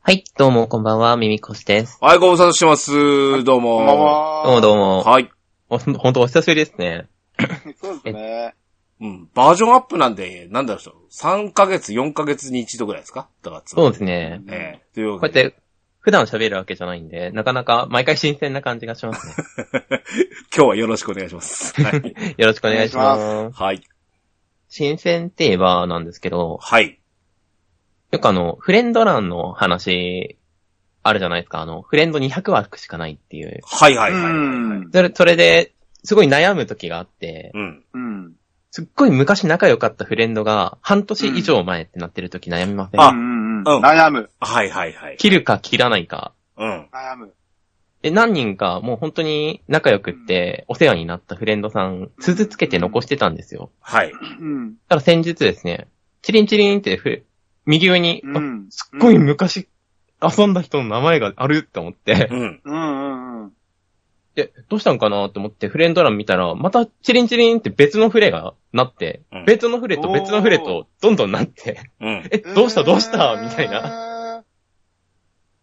はい、どうもこんばんは、ミミコスです。はい、ご無沙汰してます。どうも。こんばんは。どうもどうも。はい。ほんほんとお久しぶりですね。そうですね。うん。バージョンアップなんで、なんだろう、3ヶ月、4ヶ月に一度ぐらいですかだからつまそり、うですね。ええというこうわやっけで、て、普段喋るわけじゃないんで、なかなか毎回新鮮な感じがしますね。今日はよろしくお願い します。はい。よろしくお願いします。おはい。新鮮って言えばなんですけど、はい。よくあの、フレンド欄の話、あるじゃないですか。あの、フレンド200枠しかないっていう。はいはいうはい。ん。それ、それで、すごい悩む時があって、うん。うん。すっごい昔仲良かったフレンドが、半年以上前ってなってる時悩みません、あうんうんうん悩む。はいはいはい。切るか切らないか。うん。悩む。で、何人かもう本当に仲良くって、お世話になったフレンドさん、続けて残してたんですよ。はい。うん。ただ先日ですね、チリンチリンってふ、右上に、うあん。すっごい昔遊んだ人の名前があるって思ってう、ん。うんうんうん。で、どうしたのかなと思ってフレンド欄見たら、またチリンチリンって別のフレがなってうん、別のフレと別のフレとどんどんなって、うん。え、どうしたどうしたみたいなな。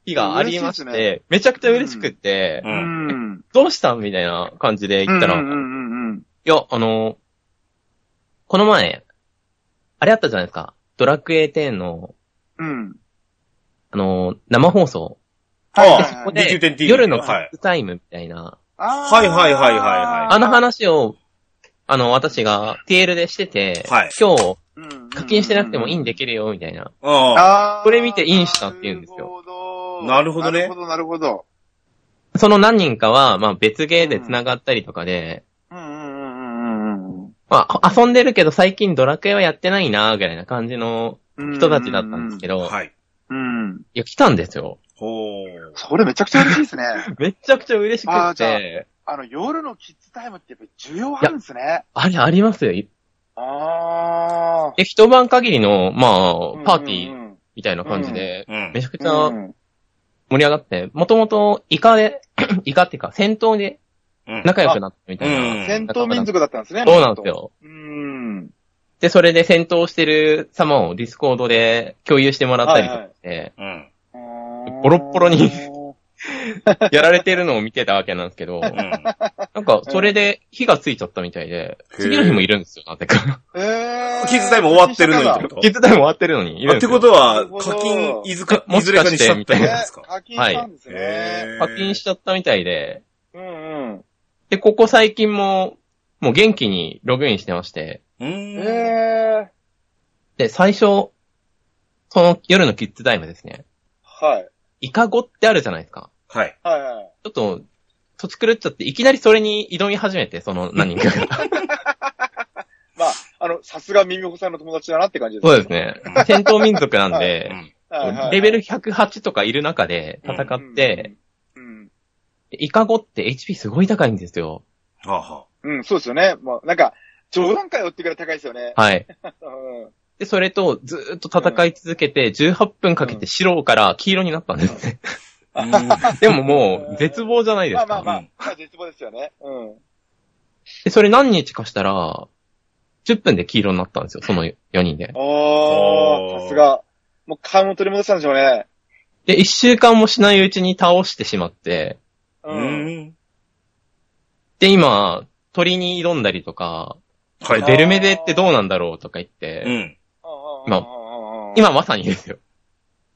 日がありまし嬉しいでて、めちゃくちゃ嬉しくってう、。うんん。どうしたみたいな感じで言ったら、うんうんうんうん。いや、あの、この前、あれあったじゃないですか。ドラクエ10の、うん。あの、生放送。あこはこいで 20.TV 夜のはいカップタイムみたいな、あーはいはいはいはいはいあの話を、あの、私が TL でしてて、はい今日うんうんうん課金してなくてもインできるよ、みたいな。ああ。あーこれ見てインしたって言うんですよなるほどねなるほど、なるほど。その何人かは、まあ別ゲーで繋がったりとかで、うんうんうんうんまあ遊んでるけど最近ドラクエはやってないな、ぐらいな感じのうん。人たちだったんですけど、いはい。うん。や、来たんですよ。ほー。それめちゃくちゃ嬉しいですね。めちゃくちゃ嬉しあくーじゃて、あの、夜のキッズタイムってやっぱり需要あるんですね。あれありますよ。ああ。で、一晩限りの、まあ、パーティうーんうんみたいな感じで、うんめ。ちゃくちうゃん。盛り上がって、もともとイカで、 イカっていうか戦闘でうん。仲良くなったみたういな。ん。戦闘民族だったんですね。そうなんです。よ。うん。で、それで戦闘してる様をディスコードで共有してもらったりとかして、うん。ボロッボロにやられてるのを見てたわけなんですけど、うん。なんか、それで火がついちゃったみたいで、次の日もいるんですよ、なぜか。えー。キッズタイム終わってるのにってことキッズタイム終わってるのにいるんあっですてよ。ことは、なるほど課金いずか、えいずれかにしちゃったんもしでかすねか。課金したんですね。へー課金しちゃったみたいで、うんうん。で、ここ最近も、もう元気にログインしてまして、うーん。えー。で、最初、その夜のキッズタイムですね。はい。イカ語ってあるじゃないですか。はい。はいはい。ちょっと、土地狂っちゃって、いきなりそれに挑み始めて、その何人 かが。まあ、あの、さすがミミホさんの友達だなって感じですそうですね。戦闘民族なんうで、ん。 はいはいはいレベル108とかいる中で戦って、、うん。イカ語って HP すごい高いんですよ。はあはうん、そうですよね。まあ、なんか、冗談かよってくらい高いですよね。はい。うん。で、それとずーっと戦い続けて、18分かけて白から黄色になったんですね。あ。うんでももう、絶望じゃないでまあすまあか。まうあん、まあ絶望ですよね。うん。で、それ何日かしたら、10分で黄色になったんですよ、その4人で。おおーー、さすが。もう勘を取り戻したんでしょうね。で、1週間もしないうちに倒してしまって、ううん。ーん。で、今、鳥に挑んだりとか、はこれい。デルメデってどうなんだろうとか言って、うん。まああ今まさにですよ。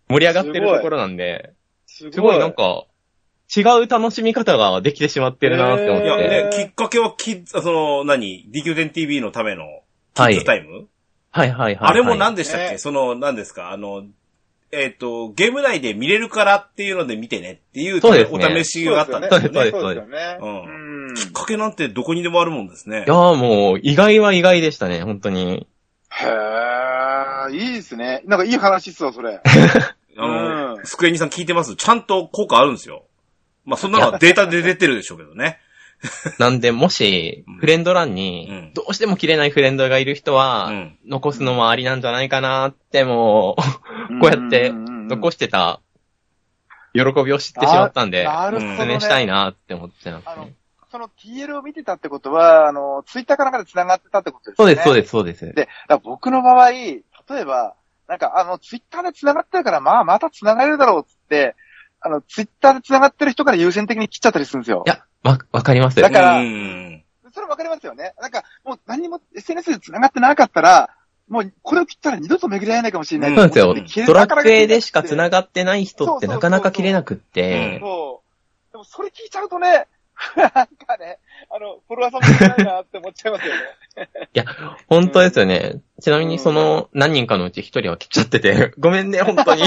盛り上がってるところなんで、すすごいなん、か、違う楽しみ方ができてしまってるなって思っいて。やねえ、ーきっかけはキッズ、あその、何 ?DQ10TV のための、キはッいズタイムはいはいはい、はい。あれも何でしたっえけーその、何ですかあの、えっと、ゲーム内で見れるからっていうので見てねっていう、そうですおね試しがあったんでそすうよでね。すきねっそうですよね。ううん。かけなんてどこにでもあるもんですねいや。ーもう、意外は意外でしたね、本当 に。へー、いいですね。なんかいい話っすわ、それ。あうの、んスクエニさん聞いてますちゃんと効果あるんですよ。まあ、そんなのはデータで出てるでしょうけどね。なんで、もしうん、フレンド欄うにん、どうしても切れないフレンドがいる人うは、ん。残すのもありなんじゃないかなって、もう、こうやって残ししてた、喜びを知ってしまったんで、なるうんほど説明ね。したいなって思ってますあのね。、その TL を見てたってことは、あの、ツイッターかなんかで繋がってたってことですそね。うです、そうでです、そうですす。。で、だから僕の場合、例えば、なんか、あの、ツイッターで繋がってるから、まあ、また繋がれるだろうっつっって、あの、ツイッターで繋がってる人から優先的に切っちゃったりするんですよ。いや、わ、わかります。だからうん。それわかりますよね。なんか、もう何にも SNS で繋がってなかったら、もうこれを切ったら二度と巡り合えないかもしれない。そうなんですうよん。ドラクエでしかが繋がってない人ってなかなか切れなくって、そう。でもそれ聞いちゃうとね、なんかね、あの、フォロワーさんも少ないなって思っちゃいますよね。本当ですよね。ちなみにその何人かのうち一人は切っちゃってて、 ごめんね、本当 に。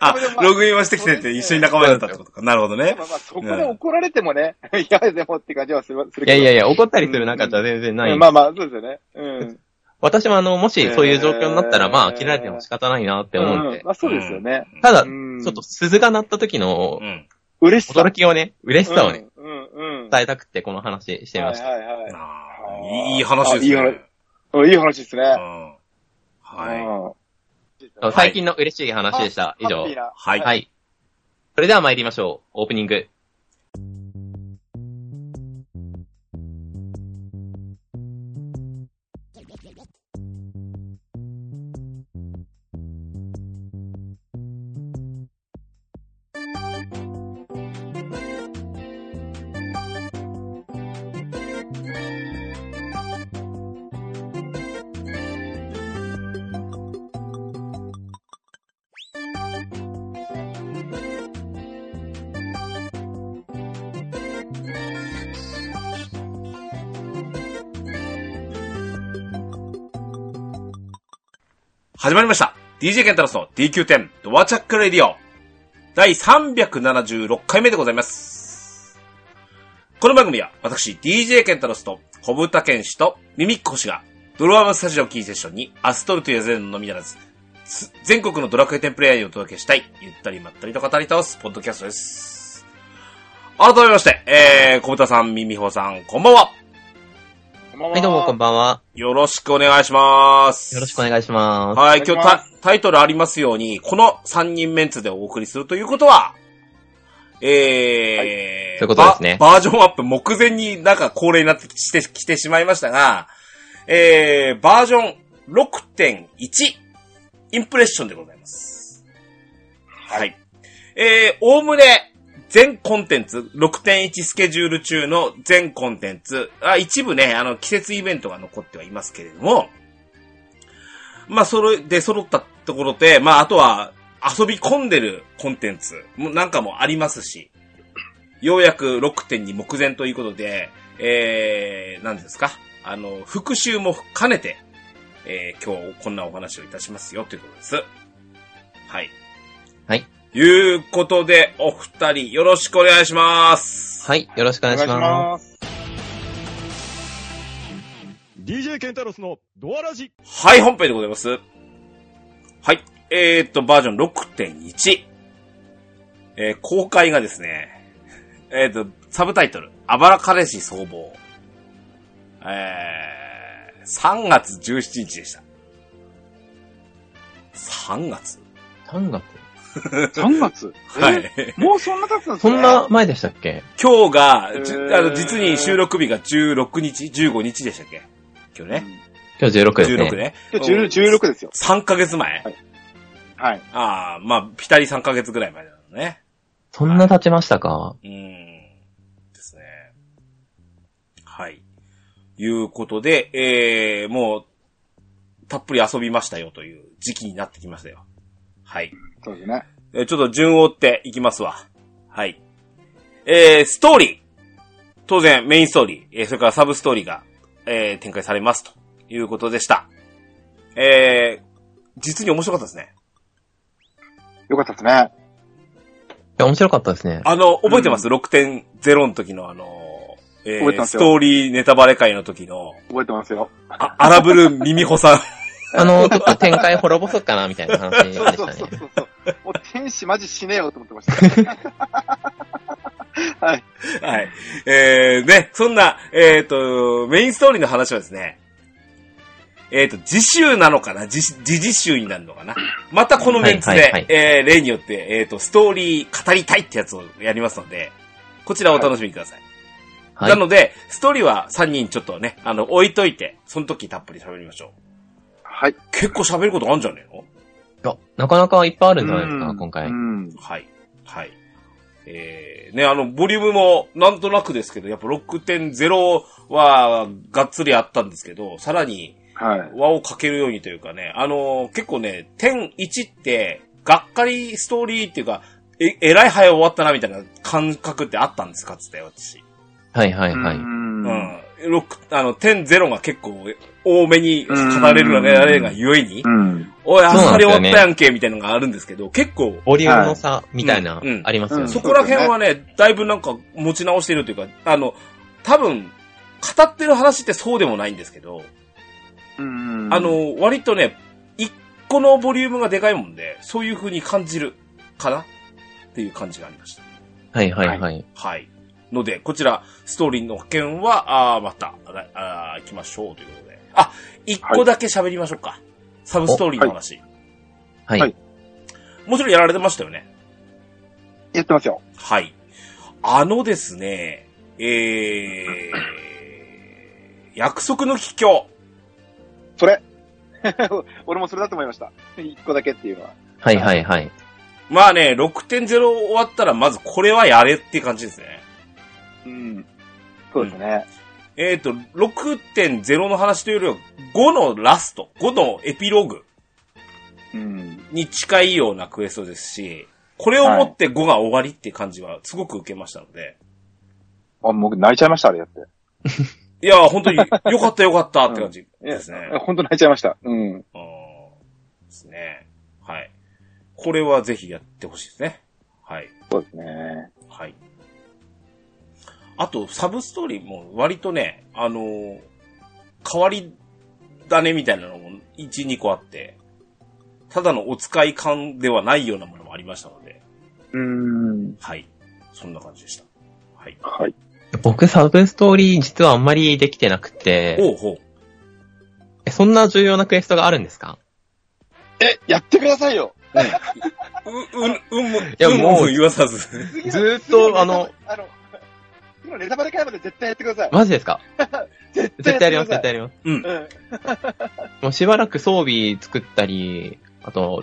あ、ログインはしてきてて一緒に仲間だったってことか。なるほどでね。もまあそこで怒られてもね、いやでもって感じはするするいやいやいや、や、怒ったりする中じゃ全然ない。まあまあ、そうですよね。うん。っ私もあの、もしそういう状況になったら、えーまあ、切られても仕方ないなって思うんで。まあそうですよね。ただ、うちんょっと鈴が鳴った時のうん。嬉しさ。驚きをね、嬉しさをね、うん。うん。うん。伝えたくてこの話してみました。はいはいはあーいい話ですね。いい話い。いい話ですね。うんはい。うん最近の嬉しい話でした。以上ハッピー。なは。はいい。それでは参りましょう。オープニング。始まりました。DJ ケンタロスの DQ10 ドアチャックレディオ。第376回目でございます。この番組は私、DJ ケンタロスと小豚健士とミミッコ氏がドロワームスタジオキーセッションにアストルトやゼンのみならず、す全国のドラクエ10プレイヤーにお届けしたい、ゆったりまったりと語り倒すポッドキャストです。改めまして、えー、小豚さん、ミミホさん、こんばんは。はい、どうもこんばんは。よろしくお願いします。よろしくお願いします。はい、お願いし今ま日す。タタイトルありますように、この3人メンツでお送りするということは、えー、そういうことですねババージョンアップ目前になんか恒例になってきてきてしまいましたが、えー、バージョン6.1インプレッションでございます。はい。えー、おおむね全コンテンツ、6.1スケジュール中の全コンテンツ、あ一部ね、あの、季節イベントが残ってはいますけれども、まあ、それで揃ったところで、まあ、あとは、遊び込んでるコンテンツもなんかもありますし、ようやく6.2目前ということで、えー、何ですかあの、復習も兼ねて、えー、今日こんなお話をいたしますよということです。はい。はい。いうことで、お二人よろしくお願いします。はい、よろしくお願いします DJ ケンタロスのドアラジはい、本編でございます。はい。えー、っと、バージョン6.1。えー公開がですね、えー、っと、サブタイトル、あばら彼氏総合。えー、3月17日でした。3月す。3月3月は。えい。もうそんな経つんですそねんな前でしたっけ今日が、じえゅーあの、実に収録日が16日 ?15 日でしたっけ今日ね。今日16ですね。 16ね。今日10 16ですよ。 3ヶ月前、はいはい。ああ、まあ、ぴたり3ヶ月ぐらい前だよね。そんな経ちましたかうーん。ですね。はい。いうことで、えー、もう、たっぷり遊びましたよという時期になってきましたよ。はい。そうですね。えーちょっと順を追っていきますわ。はい。えー、ストーリー。当然、メインストーリー、えー、それからサブストーリーが、えー、展開されますということでした。えー、実に面白かったですね。よかったですね。いや、面白かったですね。あの、覚えてます、う ?6.0 の時のあの、え覚えてー、ますスよトーリーネタバレ会の時の、覚えてますよ。あ、荒ぶるミミホさん。あの、ちょっと展開滅ぼそうかな、みたいな話でしそうたそうそうね。そう。もう天使マジ死ねよと思ってました。 はい。はい。えー、ね、そんな、えっ、と、メインストーリーの話はですね、えっ、と、次週なのかな次、次次週になるのかなまたこのメンツで、はいはいはいえー、例によって、えっ、と、ストーリー語りたいってやつをやりますので、こちらをお楽しみください。はいな。ので、ストーリーは3人ちょっとね、あの、置いといて、その時たっぷり喋りましょう。はい。結構喋ることあるんじゃねえのや、なかなかいっぱいあるんじゃないですか、うん今回う。ん。はい。はい。えー、ね、あの、ボリュームもなんとなくですけど、やっぱ6.0はがっつりあったんですけど、さらにはい。輪をかけるようにというかね、あの結構ね、点1って、がっかりストーリーっていうか、え、えらい早終わったなみたいな感覚ってあったんですかつって、私。はいはいはい。うんうんん。六あの、点0が結構多めに語れるようなれがゆえに、うん。おい、あっそうなさんですり終よわっねたやんけ、みたいなのがあるんですけど、結構、ボリュームの差みたいなうんうん、ありますよね。そこら辺はね、だいぶなんか持ち直してるというか、あの、多分、語ってる話ってそうでもないんですけど、うんあ、の、割とね、一個のボリュームがでかいもんで、そういう風に感じるかなっていう感じがありました。はいはいはい。はい。ので、こちら、ストーリーの件は、あーまた、あー行きましょうということで。あ、一個だけ喋りましょうか。サブストーリーの話。ははいい。もちろんやられてましたよね。やってますよ。はい。あのですね、えー、約束の秘境。それ。 俺もそれだと思いました。一個だけっていうのは。はいはいはい。まあね、6.0終わったらまずこれはやれっていう感じですね。うん。そうですね。えっ、ー、と、6.0の話というよりは5のラスト、5のエピローグうん。に近いようなクエストですし、これをもって5が終わりって感じはすごく受けましたので、あ、もう泣いちゃいました、あれやって。いやー、本当によかったよかったって感じですね。本当泣いちゃいました。うん。うんですね。はい。これはぜひやってほしいですね。はい。そうですね。はい。あと、サブストーリーも割とね、あのー変わり種みたいなのも1、2個あって、ただのお使い感ではないようなものもありましたので、うん。はい。そんな感じでした。はい。はい。僕、サブストーリー実はあんまりできてなくて、ほうほう。えそんな重要なクエストがあるんですかえ、やってくださいよ。 う、うん、うん、うん、やうんもう言わさず。 ずーっと、あの、、あの、今ネタバレ会まで絶対やってください。マジですか 絶絶対やります、絶対りやります。うん。ます。もうしばらく装備作ったり、あと、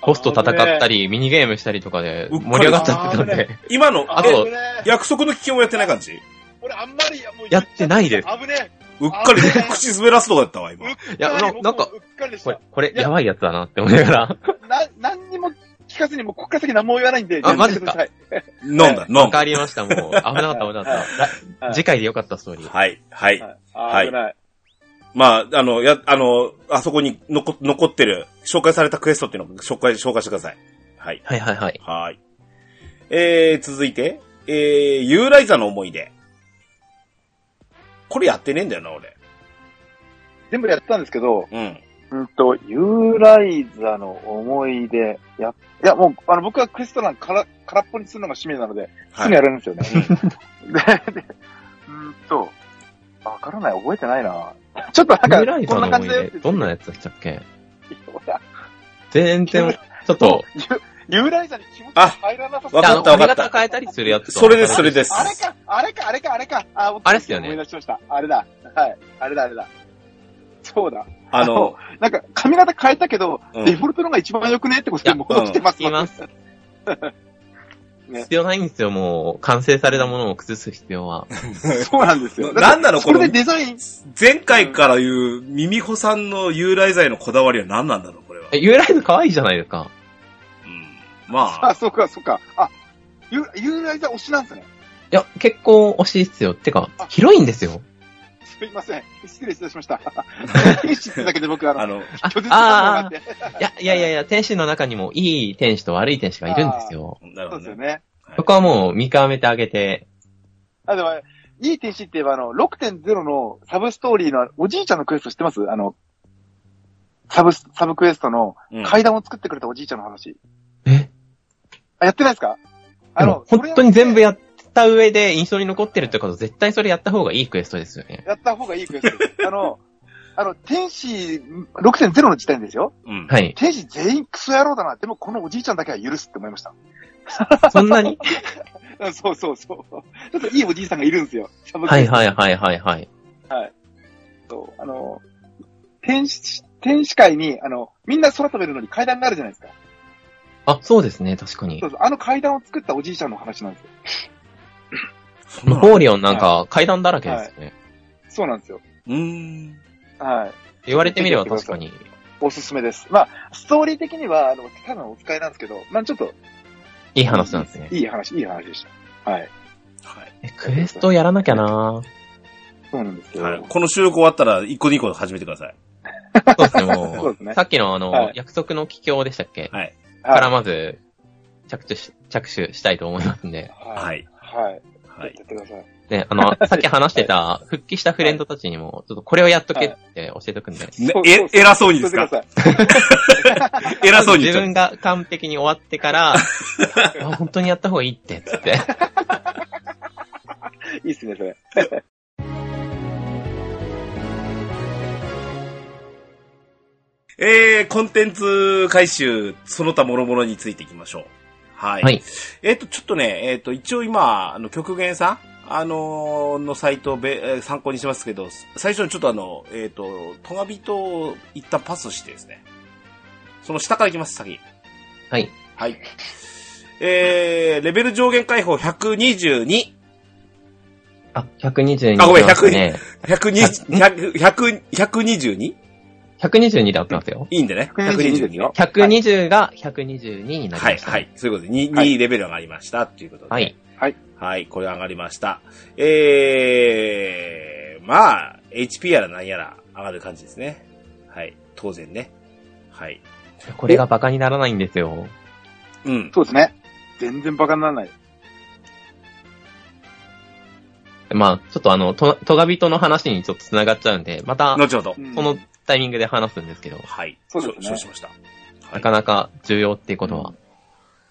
ホスト戦ったり、ミニゲームしたりとかでうっかり盛り上がっちゃってたんあーで、今の、あえと危ねえ約束の危険をやってない感じ俺あんまり、もうやってないです危ねうっかりあー ね口滑らすとこやったわ、今。え。いやななんかうっかりでしこれた。、これ、やばいやつだなって思いながら、な、何にも聞かずに、もうこっから先何も言わないんで。あマジですかはい。飲んだ、飲んわかだ。りました、もう。危なかった、危なかったはら。い次回でよかったストーリー。はい、はい。はい。危ない。まあ、あの、や、あの、あそこに残、残ってる、紹介されたクエストっていうのを紹介、紹介してください。はい。はいはいはい。はい。えー、続いて、えー、ユーライザの思い出。これやってねえんだよな、俺。全部やったんですけど、うん。うんと、ユーライザの思い出、や、いや、もう、あの、僕はクエストなんかから空っぽにするのが使命なので、すはぐやい。れるんですよね。で、でうん と、わからない、覚えてないな。ちょっとユなんーラか、イこザんーのな感思いじだよ出って、どんなやつでしたっけほら全然、ちょっと、ユーライザに気持ちが入らなさそうあわかの、ったわか髪った型変えたりするやつとそれです、それです。あれか、あれか、あれか、あれか。あ、僕あれっすよね思い出しました。あれだ。はい。あれだ、あれだ。そうだ。あの、なんか、髪型変えたけど、うんデフォルトのが一番良くねってことで、いやもう来てます。言い ます。必要ないんですよ、もう。完成されたものを崩す必要は。そうなんですよ。なんなのここれのでデザイン、前回から言う、ミミホさんのユーライザへのこだわりは何なんだろう、これは。え、ユーライズ可愛いじゃないですか。うん。まあ、あ、そうか、そうか。あ、ユーユーライザー推しなんですね。いや、結構惜しいっすよ。てかあ、広いんですよ。すい ません。失礼いたしました。失礼だけで僕、ああの、の、あ拒絶あ感があって。ーい や、いやいやいや、天使の中にもいい天使と悪い天使がいるんですよ。なるそうほですどよね。ね。はいそこはもう見極めてあげて、あ、でも、いい天使って言えば、あの、6.0のサブストーリーの、おじいちゃんのクエスト知ってますあの、サブス、サブクエストのうん階段を作ってくれたおじいちゃんの話。えあ、やってないですかでも本当に全部やった上で印象に残ってるってこと、絶対それやった方がいいクエストですよね。やった方がいいクエストです。あの、あの、天使6.0の時点ですよ。うん。 はい。天使全員クソ野郎だな。でもこのおじいちゃんだけは許すって思いました。そんなにうんそうそうそう。ちょっといいおじいさんがいるんですよ。サブクはエいストはいはいはいはい。そう、あの、天使天使界に、あの、みんな空飛べるのに階段があるじゃないですか。あ、そうですね、確かにそう。です。あの階段を作ったおじいちゃんの話なんですよ。そんなナのポーリオンなんか階段だらけですね。そうなんですよ。うーん。はい。言われてみれば確かに。おすすめです。まあ、ストーリー的には、あの、ただのお使いなんですけど、まあちょっと、いい話なんですね。いい話、いい話でした。はい。はい。えクエストやらなきゃなそうなんですよ。はいこの収録終わったら、一個二個始めてください。そう ですね、そもうですう。ねさっきのあの、はい約束の帰郷でしたっけ、はい。かはらい。まず、着手し、着手したいと思いますんで。ははい。い。はい。はやい。ってください。ね、あ の、さっき話してた、復帰したフレンドたちにも、ちょっとこれをやっとけって教えておくんで。ねそう、そうえ、偉そうにやでっすてくだかさい。偉そうに自言っちゃ分が完璧に終わって から、あ本当にやった方がいいって、つって。いいっすね、それ。うえー、コンテンツ回収、その他諸々についていきましょう。はい。はい。えっ、と、ちょっとね、えっ、と、一応今、あの、極限さん、あのーのサイトをべ、えー参考にしますけど、最初にちょっとあの、えっ、と、トガビトを一旦パスしてですね、その下からいきます、先。はい。はい。えー、レベル上限解放122、あ、122。あごめんね。 120 100 100 122? 122で合ってますよ。いいんでね。 122ですよ。 120が122になりはい、ました。はい。そういうことで、2、はい2レベル上がりました、ということで。はい。。はい、これ上がりました。えー、まあ、HP やら何やら上がる感じですね。はい、当然ね。はい。これがバカにならないんですよ。うん。そうですね。全然バカにならない。まあ、ちょっとあの、と、とがびとの話にちょっと繋がっちゃうんで、また、後ほどう。んそのタイミングで話すんですけど、はい。そうですね承知しました。はないかなか重要っていうことは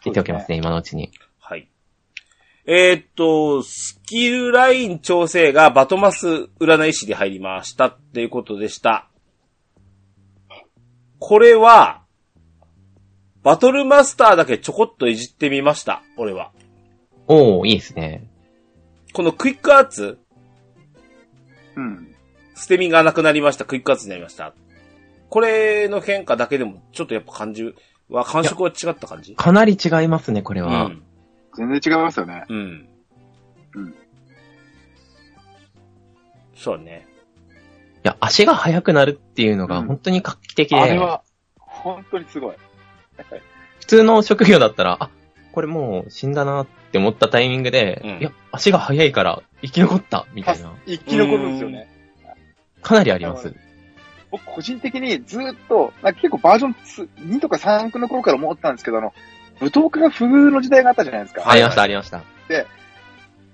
聞いておきますそうでね、今のうちに。はい。えーっと、スキルライン調整がバトマス占い師で入りましたっていうことでした。これは、バトルマスターだけちょこっといじってみました、俺は。おー、いいですね。このクイックアーツ、うん。捨て身がなくなりました、クイックアーツになりました。これの変化だけでも、ちょっとやっぱ感じは、感触は違った感じかなり違いますね、これうは。ん。全然違いますよね。うん。うんそうね。いや、足が速くなるっていうのがうん本当に画期的で、あれは、本当にすごい。普通の職業だったら、あ、これもう死んだなって思ったタイミングで、うんいや、足が速いから生き残った、みたいな、生き残るんですよね。かなりあります。僕個人的にずっと、なんか結構バージョン2 2とか3の頃から思ったんですけど、あの、舞踏家が不遇の時代があったじゃないですか。ありました、ありました。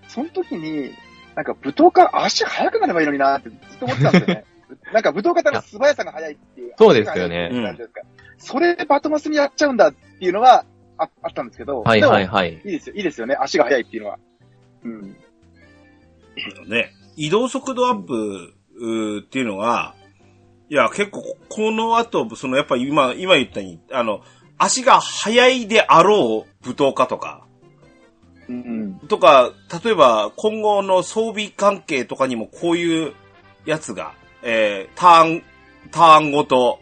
その時に、なんか舞踏家足速くなればいいのになってずっと思ってたんです よね。なんか舞踏家の素早さが速いっていう。そうですよね足が速いっていう感じですか。それバトマスにやっちゃうんだっていうのはああったんですけど。はいはいでもはい。いいですよ、いいですよね。足が速いっていうのは。うん。ね。移動速度アップうーっていうのが、いや、結構、この後、その、やっぱ今、今言ったように、あの、足が速いであろう舞踏家とか、うん。とか、例えば今後の装備関係とかにもこういうやつが、えー、ターン、ターンごと、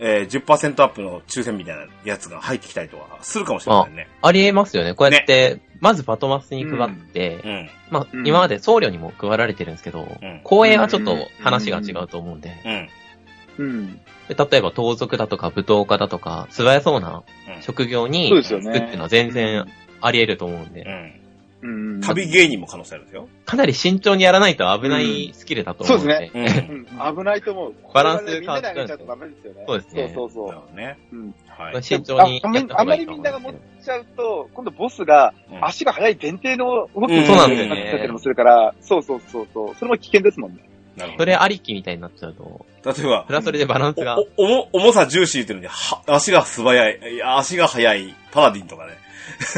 えー、10%アップの抽選みたいなやつが入ってきたりとかするかもしれないね。ありえますよね。こうやって、まずバトマスに配って、うん。まあ、うん今まで僧侶にも配られてるんですけど、ん公園はちょっと話が違うと思うんで、うん。うん。で例えば盗賊だとか舞踏家だとか、素早そうな職業にそうですよね。つくっていうのは全然あり得ると思うんで、うん。うん。旅芸人も可能性あるんですよ。かなり慎重にやらないと危ないスキルだと思うので、うんそうでうん。うなん危ないと思う。バランスこれはねみんなで上げちゃうとダメですよね。そうですねそうそうそうる。ほどね。うんはこれい。慎重にああんまやった方がいりいとあんまりみ思うんんでなすがけ持っど。ちゃうと、今度ボスがうん足が速い前提の動きうんにそうななっんちだゃよねったりもするから、そうそうそうそう、それも危険ですもんね。なるそほどれありきみたいになっちゃうと、例えばそれはそれでバランスが、お、お重、重さ重視っていうのに、は、足が素早い、いや足が速い、パラディンとかね。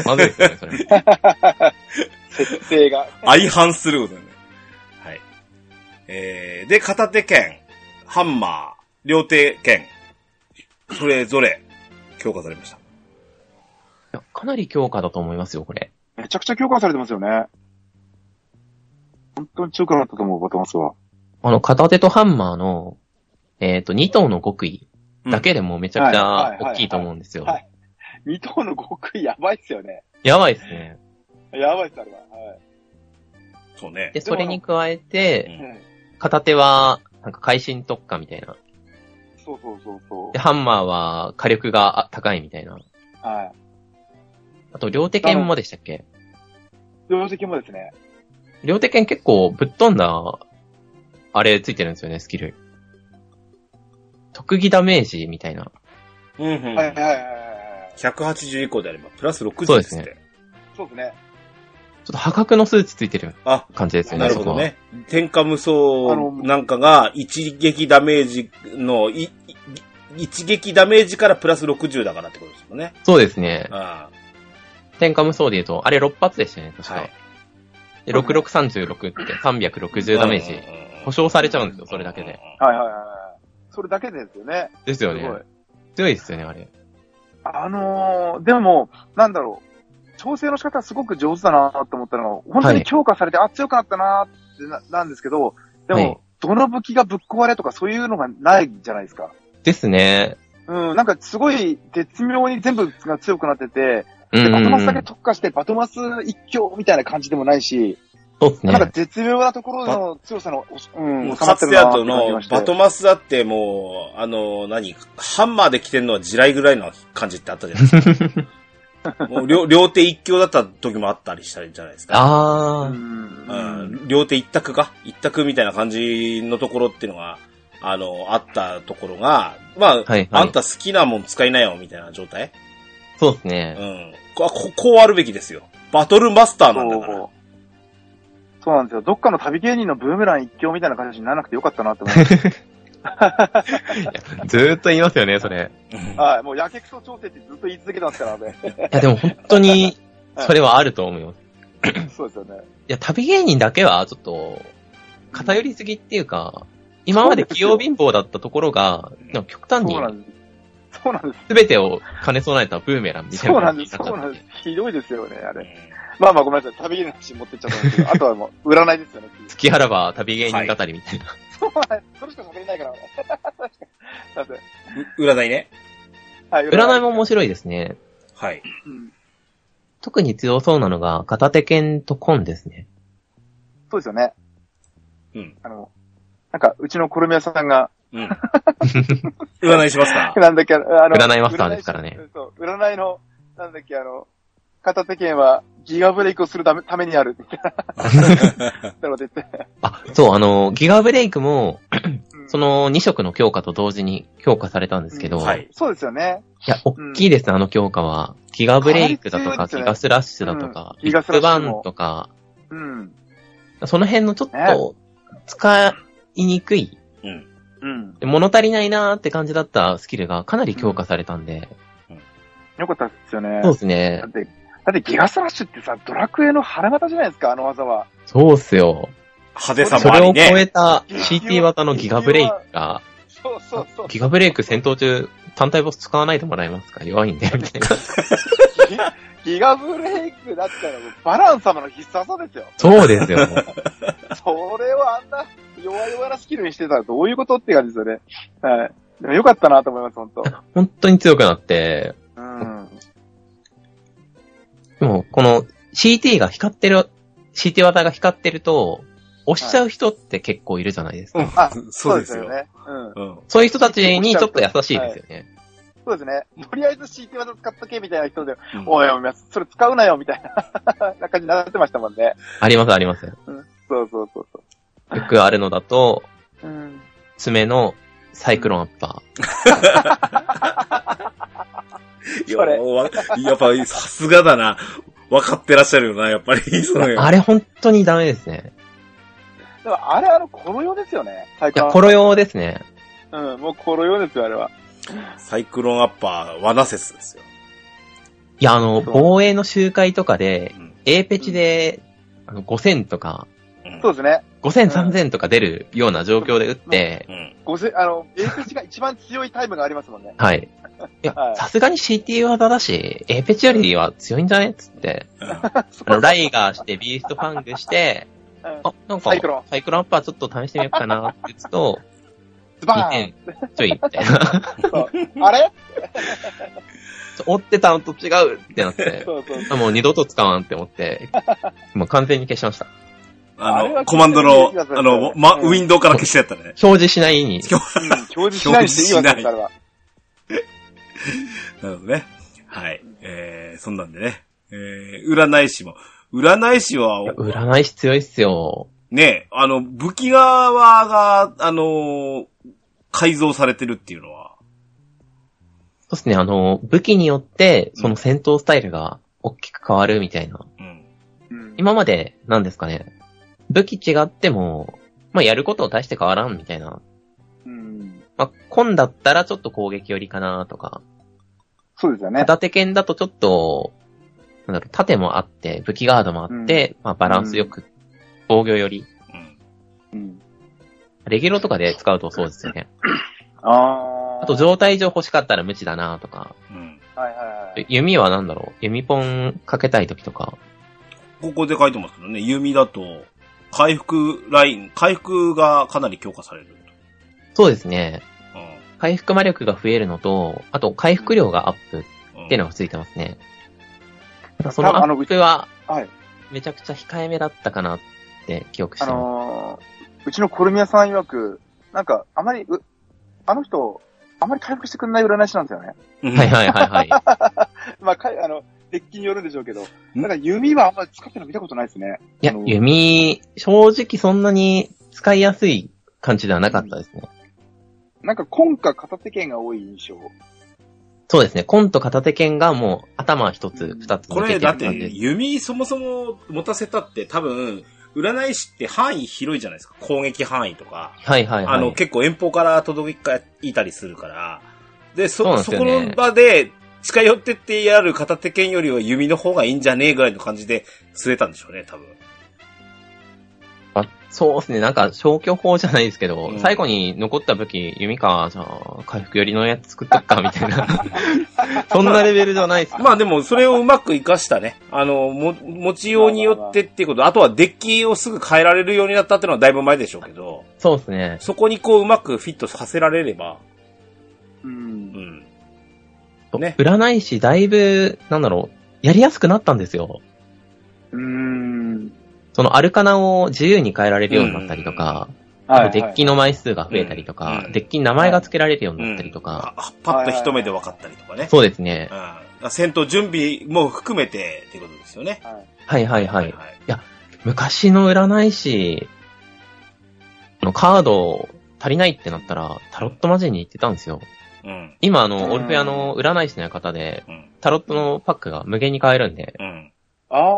まずいです よね、それも。設定が。相反することだね。はい。えー、で、片手剣、ハンマー、両手剣、それぞれ強化されました。いやかなり強化だと思いますよ、これ。めちゃくちゃ強化されてますよね。本当に強くなったと思う、バトマスは。あの、片手とハンマーの、えっ、と、2頭の極意だけでもめちゃくちはいゃはいはい大きいと思うんですよは。い二頭の極意やばいっすよね。やばいですね。やばいっす、あれは。はいそうね。で、それに加えて、うん。片手は、なんか会心特化みたいな。そうそうそうそうで、。ハンマーは火力があ高いみたいな。はい。あと、両手剣もでしたっけ定石もですね。両手剣結構ぶっ飛んだ、あれついてるんですよね、スキル。特技ダメージみたいな。うんうんはいはいはいはいはい。 180以降であれば、プラスそ60うでですすねって。そうですね。ちょっと破格の数値ついてるあ、感じですよね、なるほどね。天下無あの双なんかが一撃ダメージの、いい一撃ダメージからプラス60だからってことですもんね。そこは。そうですね。あ天下無双で言うと、あれ6発でしたよね、確か。はいで、6636って360ダメージ。保証されちゃうんですよ、それだけで。。はいはいはいはい。それだけでですよね。ですすよごいね。。強いですよね、あれ。あのー、でも、なんだろう。調整の仕方すごく上手だなと思ったのが、本当に強化されて、あ、強くなったなってな、なんですけど、でも、はいどの武器がぶっ壊れとかそういうのがないじゃないですか。ですね。うん、なんかすごい絶妙に全部が強くなってて、うで、ん、うバトマスだんけ。特化して、バトマス一強みたいな感じでもないし、そうですなんかね。絶妙なところの強さの、うん、もう収まかってつるてなあってと感じのまし、てバトマスだってもう、あの、何、ハンマーで来てんのは地雷ぐらいの感じってあったじゃないです か。もう両両手一強だった時もあったりしたじゃないですか。うあー。んうん両手一択か一択みたいな感じのところっていうのが、あの、あったところが、まあ、はいあんた好きなもん使いなよ、みたいな状態そうですうね。ん。こここうあるべきですよ。バトルマスターなんだから。そうそうなんですよ。どっかの旅芸人のブーメラン一強みたいな形にならなくてよかったなっ て思いまし ずーっと言いますよね、それ。うんた。はい。もうやけくそ調整ってずっと言い続けてますからね。いや、でも本当に、それはあると思います。 そうですよね。いや、旅芸人だけは、ちょっと、偏りすぎっていうか、今まで器用貧乏だったところが、なんか極端にそうなんです。そうなんです。全てを兼ね備えたブーメランみたいそうななん感じでになす。っちそうゃなっんてです。ひどいですよね、あれ。まあまあごめんなさい。旅芸人の話持ってっちゃったんですけど、あとはもう占いですよね。次月原は旅芸人語りみたいな。そうなんです。それしか喋れないから、俺 確かに。占いね。はい。占いも面白いですね。はい。うん特に強そうなのが、片手剣と紺ですね。そうですよね。うん。あの、なんか、うちのコルメ屋さんが、うん。 占いします か なんだっけ、あの、占いマスターですからね占い師。そう、占いの、なんだっけ、あの、片手剣はギガブレイクをするためためにある、みたいななので言って。あ、そう、あの、ギガブレイクも、うんそ、の2色の強化と同時に強化されたんですけど、、はいい。そうですよね。や、大きいですね、あの強化は。ギガブレイクだとかなか、り強ギいですねガスラッシュだとか、うんギビガスッラッグシュバもンとか、うん。その辺のちょっと、使いにくい、うん。うん。物足りないなーって感じだったスキルがかなり強化されたんで、よかったですよね。そうですねだっ。て、だってギガスラッシュってさ、ドラクエの花形じゃないですか、あの技は。そうっすよ。派手さそもあれりを超ね。えた CT 型のギガブレイクが、そうそうそう。ギガブレイク戦闘中、単体ボス使わないでもらえますか弱いん で、みたいな。ギガブレイクだったら、バラン様の必殺技ですよ。そうですよ。それをあんな弱々なスキルにしてたらどういうことって感じですよね。はい。でもよかったなと思います、本当。本当に強くなって、うん。でもこの CT が光ってる、CT 型が光ってると、押しちゃう人って結構いるじゃないですか。うんあ、そうですよ。ね。うん。うん。そういう人たちにちょっと優しいですよね。そうですね。とりあえず CT 技使っとけみたいな人で、うんおいおい、それ使うな よみたいなな感じになってましたもんね。ありますあります。よそうそうそうそくあるのだと、う。うん。爪のサイクロンアッパいそれや、わやっぱ、さすがだな。分かってらっしゃるよな、やっぱり。そのー。あれ本当にダメですね。でもあれあの、コロ用ですよね。最い高や、コロ用ですね。うん、もうコロ用ですよ、あれは。サイクロンアッパー、罠説ですよ。いや、あの、そう防衛の集会とかでう、ん。 A ペチで、あの、5000とか、うんそうですね。 5000、うん3000とか出るような状況で打って、うん。ごせ、あの、エイペチが一番強いタイムがありますもんね。はい。いやはい、さすがに CT 技だし、A ペチよりは強いんじゃねっつって、あの、ライガーして、ビーストファングして、うんあ、なんか、サイクロンサイクロンアッパーちょっと試してみようかなって言うと、ズ 2バーン点ちょいみたいな。あれ追ってたのと違うってなって、 そうそう。もう二度と使わんって思って、もう完全に消しました。ああれの、はコマンドの気がす、るあの、ま、うんウィンドウから消してやったね。表示しないに。うん表示しないでいいわけですから。なるほどね。はい。えー、そんなんでね。えー、占い師も。占い師は、占い師強いっすよ。ね、あの、武器側が、あのー改造されてるっていうのは。そうですね、あの、武器によって、その戦闘スタイルが大きく変わるみたいな。うん。うん今まで、なんですかね、武器違っても、まあ、やることを大して変わらんみたいな。うんまあ、今だったらちょっと攻撃寄りかなとか、そうですよね。片手剣だとちょっと、なんだろう、盾もあって、武器ガードもあって、まあ、バランスよく、防御寄り。うん。うんレギュロとかで使うとそうですよね。あーあと、状態上欲しかったら無知だなとか、うん。はいはいはい。弓はなんだろう、弓ポンかけたい時とか、ここで書いてますけどね、弓だと、回復ライン、回復がかなり強化される。そうですね、う回復魔力が増えるのと、あと回復量がアップっん。ていうのは。がついてますね。ただそのアップははい。めちゃくちゃ控えめだったかなって記憶しあてます。のー、うちのコルミヤさん曰く、なんか、あまり、うあの人、あまり回復してくれない占い師なんですよね。うんはいはいはいはい。 まあ、かいあの、デッキによるんでしょうけど、なんか弓はあんまり使ってるの見たことないですね。いやあの、弓、正直そんなに使いやすい感じではなかったですね。なんか今回片手剣が多い印象。そうですね、コンと片手剣がもう頭一つ、二つこ抜けれ、てやっだった てんで、、弓そもそも持たせたって多分、占い師って範囲広いじゃないですか。攻撃範囲とか。はいはいはい。あの、結構遠方から届いたりするから。で、そ、そうなんでそすよこねの場で、近寄ってってやる片手剣よりは弓の方がいいんじゃねえぐらいの感じで釣れたんでしょうね、多分。あそうですね、なんか消去法じゃないですけど、うん最後に残った武器、弓か、じゃあ、回復寄りのやつ作っとくか、みたいな。 そんなレベルじゃないです。まあでも、それをうまく活かしたね。あの、も、持ちようによってっていうこと、あとはデッキをすぐ変えられるようになったっていうのはだいぶ前でしょうけど、そうですね。そこにこううまくフィットさせられれば、う。うんん。ね占い師、だいぶ、なんだろう、やりやすくなったんですよ。うーん。そのアルカナを自由に変えられるようになったりとか、あとデッキの枚数が増えたりとか、うんデッキに名前が付けられるようになったりとうんか、あパッと一目で分かったりとかね。そうですね。うん。戦闘準備も含めてっていうことですよね。はい。はいはいはい。はい。昔の占い師、あのカード足りないってなったら、タロットマジに行ってたんですよ。うん。今、あうの、んオルフェアの占い師の館で、うん。タロットのパックが無限に買えるんで、うん。ああ。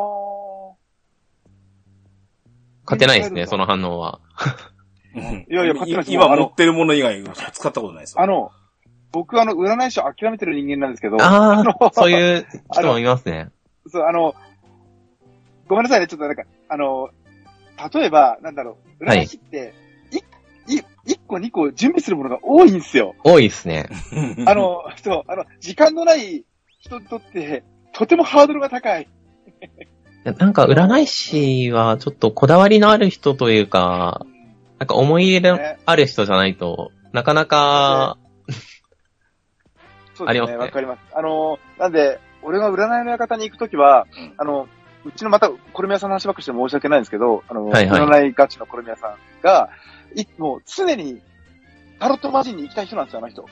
勝てないですね、無限に買えるんだその反応は。うんいやいや勝手な今持ってるもの以外使ったことないですよ。あの、僕あの、占い師を諦めてる人間なんですけど、あのあ、そういう人もいますね。そう、あの、ごめんなさいね、ちょっとなんか、あの、例えば、なんだろう、はい占い師って、い、い、1個2個準備するものが多いんですよ。多いですね。あ、の、そう、あの、時間のない人にとって、とてもハードルが高い。なんか、占い師はちょっとこだわりのある人というか、なんか思い入れのねある人じゃないと、なかなか、そうあでりますすね、ねわ、かります。あの、なんで、俺が占いの館に行くときは、うんあの、うちのまた、コルミヤさんの話ばっかりして申し訳ないんですけど、あの、はいはい占いガチのコルミヤさんが、い、もう常に、タロットマジンに行きたい人なんですよ、あの人。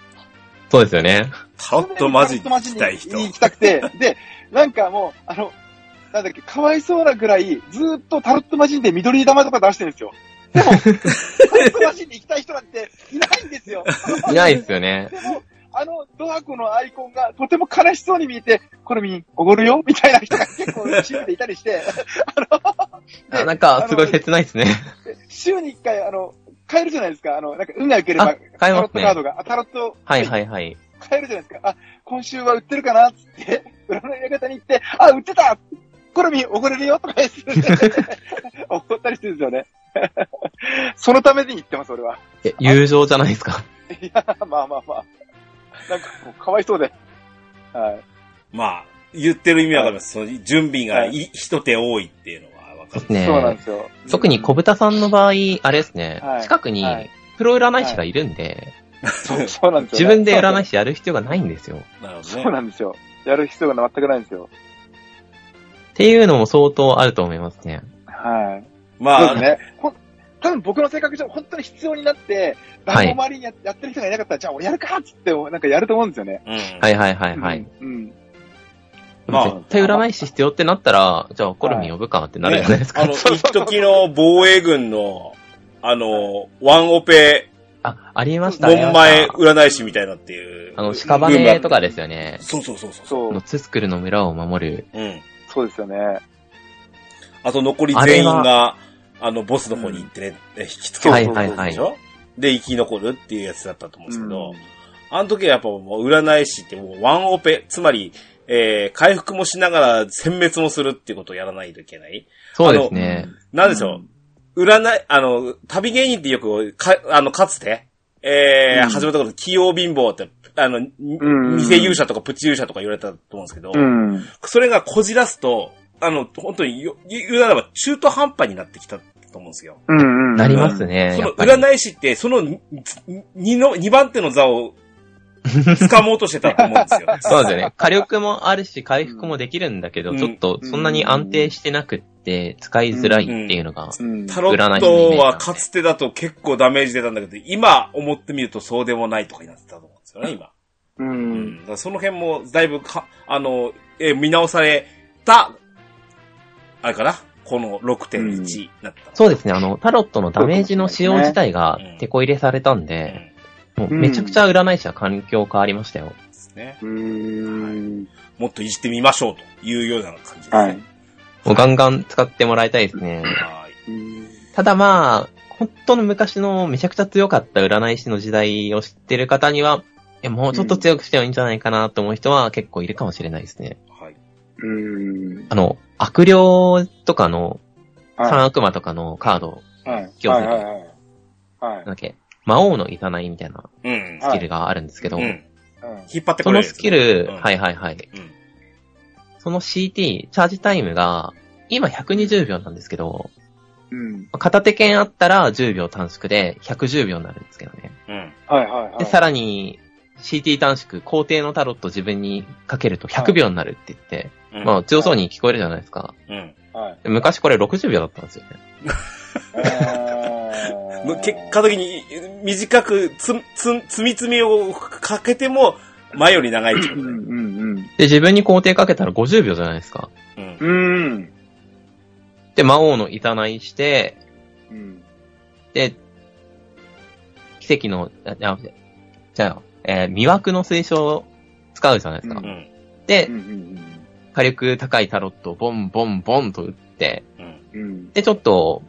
そうですよね。タロットマジック行きたい人。に行きたくて、で、なんかもう、あの、なんだっけ、かわいそうなぐらい、ずーっとタロットマジンで緑玉とか出してるんですよ。でも、タロットマジンに行きたい人なんていないんですよ。いないですよね。でも、あのドアコのアイコンがとても悲しそうに見えて、これ見におごるよみたいな人が結構チームでいたりして、あなんか、すごい切ないですね。週に1回、あの、買えるじゃないですか。あの、なんか運が良ければ、あ買えますねタロットカードが、あタロット、はいはいはい。買えるじゃないですか。あ、今週は売ってるかなっつって、 占い館に行って、あ、売ってた好みおごれるよとか言って、 怒ったりしてるんですよね。 そのために行ってます、俺は。 え友情じゃないですか。いや、まあまあまあ。なんかもう、かわいそうで。はい。まあ、言ってる意味わかります。その準備がい、は一手多いっていうのはわかる。ねそうなんですよ。特に小ぶ豚さんの場合、あれですねは、い近くにはいプロ占い師がいるんで、 そうそうなんです自よ、ね。分で占い師やる必要がないんですよ。なるほそうどね。なんですよ。やる必要が全くないんですよ。っていうのも相当あると思いますね。はい。まそうあ、ですね。ほん多分僕の性格上、本当に必要になって、はい誰も周りにや,、ってる人がいなかったら、じゃあ俺やるかっつって、なんかやると思うんですよね。うん。はいはいはいはい。うん。まあ絶対占い師必要ってなったら、じゃあコルミン呼ぶかってなるじゃないですか。あの、一時の防衛軍の、あの、ワンオペ、あ、ありましたね。門前占い師みたいなっていう。あの、屍とかですよね。そうそうそうそう。あそのう、ツスクルの村を守る。うん。そうですよね。あと残り全員が、あの、ボスの方に行ってね、引きつけるはいでしょ、はいはいで、生き残るっていうやつだったと思うんですけど、あの時はやっぱもう占い師ってもうワンオペ、つまり、えー、回復もしながら殲滅もするっていうことをやらないといけない。そうですね。なんでしょう、占い、あの、旅芸人ってよく、か、あの、かつて、えーうん始めたこと、器用貧乏って、あの、にん偽勇者とかプチ勇者とか言われたと思うんですけど、うん。うん。それがこじらすと、あの、本当によ、言うならば中途半端になってきたと思うんですよ。うん。うんなりますね。そやのっぱり。占い師って、そのににの、2番手の座を掴もうとしてたと思うんで すよ。そうですよね。火力もあるし、回復もできるんだけうど、んちょっとそんなに安定してなくって、使いづらいっていうのが。うん。タロットはかつてだと結構ダメージ出たんだけど、今思ってみるとそうでもないとかになってたと思うんですよね、今。う。うんん。だからその辺もだいぶか、あの、えー見直された、あれかなこの6.1だった。そうですね。あの、タロットのダメージの使用自体がうん手こ入れされたんうんで、でもうめちゃくちゃ占い師は環境変わりましたよ。すね。うん。もっといじってみましょうというような感じですね。はい。もうガンガン使ってもらいたいですね。はい。うんただまあ、本当の昔のめちゃくちゃ強かった占い師の時代を知ってる方には、えもうちょっと強くしてもいいんじゃないかなと思う人は結構いるかもしれないですね。はい。うん。あの、悪霊とかの、はい三悪魔とかのカード、はい。今日はいはいはい。はいなんだっけ、魔王のいざないみたいなうん。スキルがあるんですけど、うん。うん引っ張っそてこれのるやスつキル、うんはいはいはい。うんその CT、チャージタイムが、今120秒なんですけど、うん。片手剣あったら10秒短縮で110秒になるんですけどね。うん。はいはいはい。で、さらに、CT 短縮、皇帝のタロット自分にかけると100秒になるって言って、うん。まあ強そうに聞こえるじゃないですか。うん。はい。で昔これ60秒だったんですよね。えー結果的に短く、つ、つ、積み積みをかけても、前より長いってこうとんだよねうんで、自分に皇帝かけたら50秒じゃないですか。うん。うん。うん。で、魔王のいたないして、うん。で、奇跡の、ああじゃあ、えー魅惑の推奨を使うじゃないですか。うんうん。でう、ん。火力高いタロットをボンボンボンと打って、うん。うん。で、ちょっと、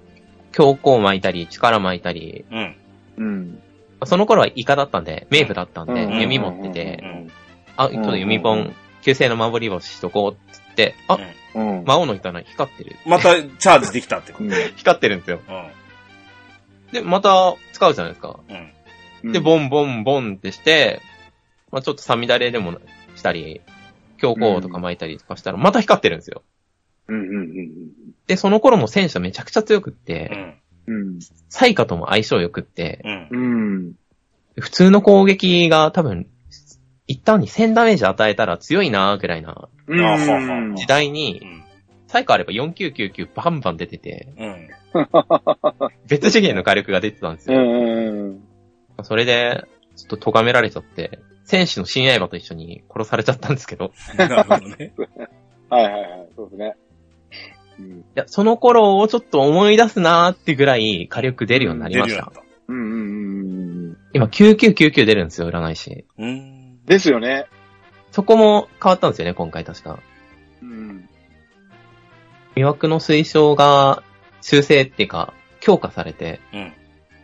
強行巻いたり、力巻いたり、うん。うん。その頃はイカだったんで、メイプだったんうんで、うん弓持ってうて、ん。あ、ちょっと弓う本ん、旧姓の守り星しとこうって言って、うあん、うん。魔王のいたない光ってる。また、チャージできたってこうと。ん光ってるんですよ。うん。で、また使うじゃないですか。うん。で、ボンボンボンってして、まあちょっとさみだれでもしたり、強行とか巻いたりとかしたら、また光ってるんですよ。うんうんで、その頃も戦車めちゃくちゃ強くっうて、ん。うん。サイカとも相性良くって、うん。うん。普通の攻撃が多分、一旦に1000ダメージ与えたら強いなーぐらいなうん。あははは時代うに、ん。サイカあれば4999バンバン出てて、うん。別次元の火力が出てたんですうよ。ん。それで、ちょっと咎められちゃって、戦士の新刃と一緒に殺されちゃったんですけど、なるほどね。はいはいはい。そうですね。うん。いや、その頃をちょっと思い出すなーってぐらい火力 出るようになりました。た。うんうんうん。今、9999出るんですよ、占い師。うん。ですよね。そこも変わったんですよね、今回確か。うん。魅惑の推奨が修正っていうか、強化されて、うん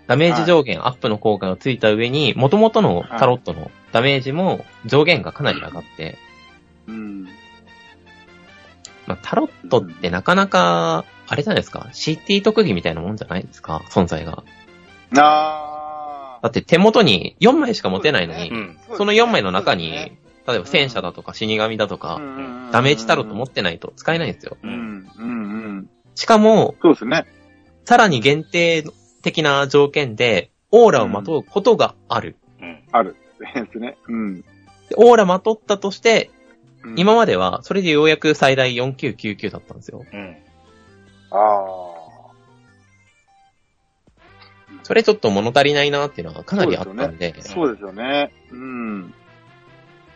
ダメージ上限アップの効果がついた上に、元々のタロットのダメージも上限がかなり上がって、うん。まあ、タロットってなかなか、あれじゃないですか、CT 特技みたいなもんじゃないですか、存在が。あだって手元に4枚しか持てないのに、うん。その4枚の中に、例えば戦車だとか死神だとか、ダメージタロット持ってないと使えないんですよ。ううん。んうんうん。しかも、そうですね。さらに限定的な条件で、オーラをまとうことがある。うん。ですね。うん。でオーラまとったとして、うん今までは、それでようやく最大4999だったんですよ。うん。ああ。それちょっと物足りないなっていうのがかなりあったんで、そそうですよね。うん。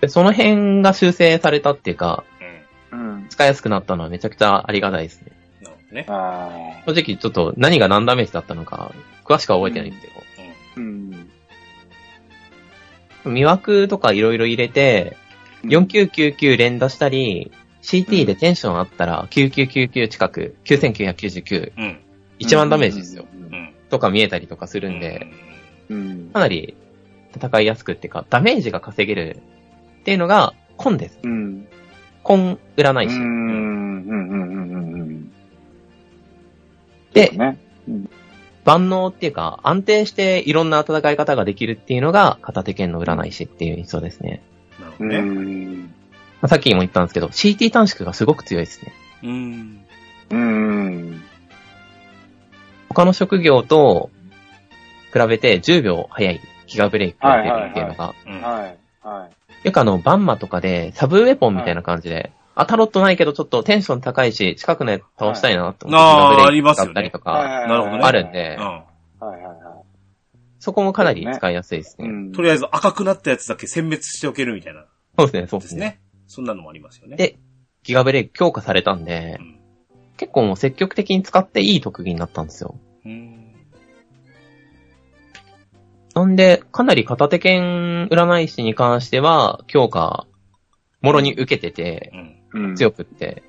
でその辺が修正されたっていうか、うん。うん。使いやすくなったのはめちゃくちゃありがたいですね。なるほどね。ああ。正直ちょっと何が何ダメージだったのか、詳しくは覚えてないんですけど、うん。魅惑とかいろいろ入れて、4999連打したり、CT でテンションあったら9999近く、9999、うん。 1万ダメージですよ。。うん。うんとか見えたりとかするんで、、うんか。なり戦いやすくっていうか、ダメージが稼げるっていうのが、根です。うん。根占うい師。ん。うん。うん。うん。で、ね。万能っていうか、安定していろんな戦い方ができるっていうのが、片手剣の占い師っていう印象ですね。なるほうどね。ん。まあさっきも言ったんですけど、CT 短縮がすごく強いですね。うん。うん。他の職業と比べて10秒早いギガブレイクが出るっていうのが、うん。はい。はよくあの、バンマとかでサブウェポンみたいな感じで、あ、タロットないけどちょっとテンション高いし、近くのやつ倒したいなと思って、ギはいガあーブレイクだったりとい。か、なるほどねあるん。で、うはいはいはそこもかなり使いやすいですい。うね。んん。とりあえず赤くなったやつだけ殲滅しておけるみたいな。そうですね、そうでですすね。ね。そんなのもありますよね。でギガブレイク強化されたんでう、ん結構もう積極的に使っていい特技になったんですよ。うん。なんで、かなり片手剣占い師に関しては、強化、もろに受けてて、うん。うん強くって。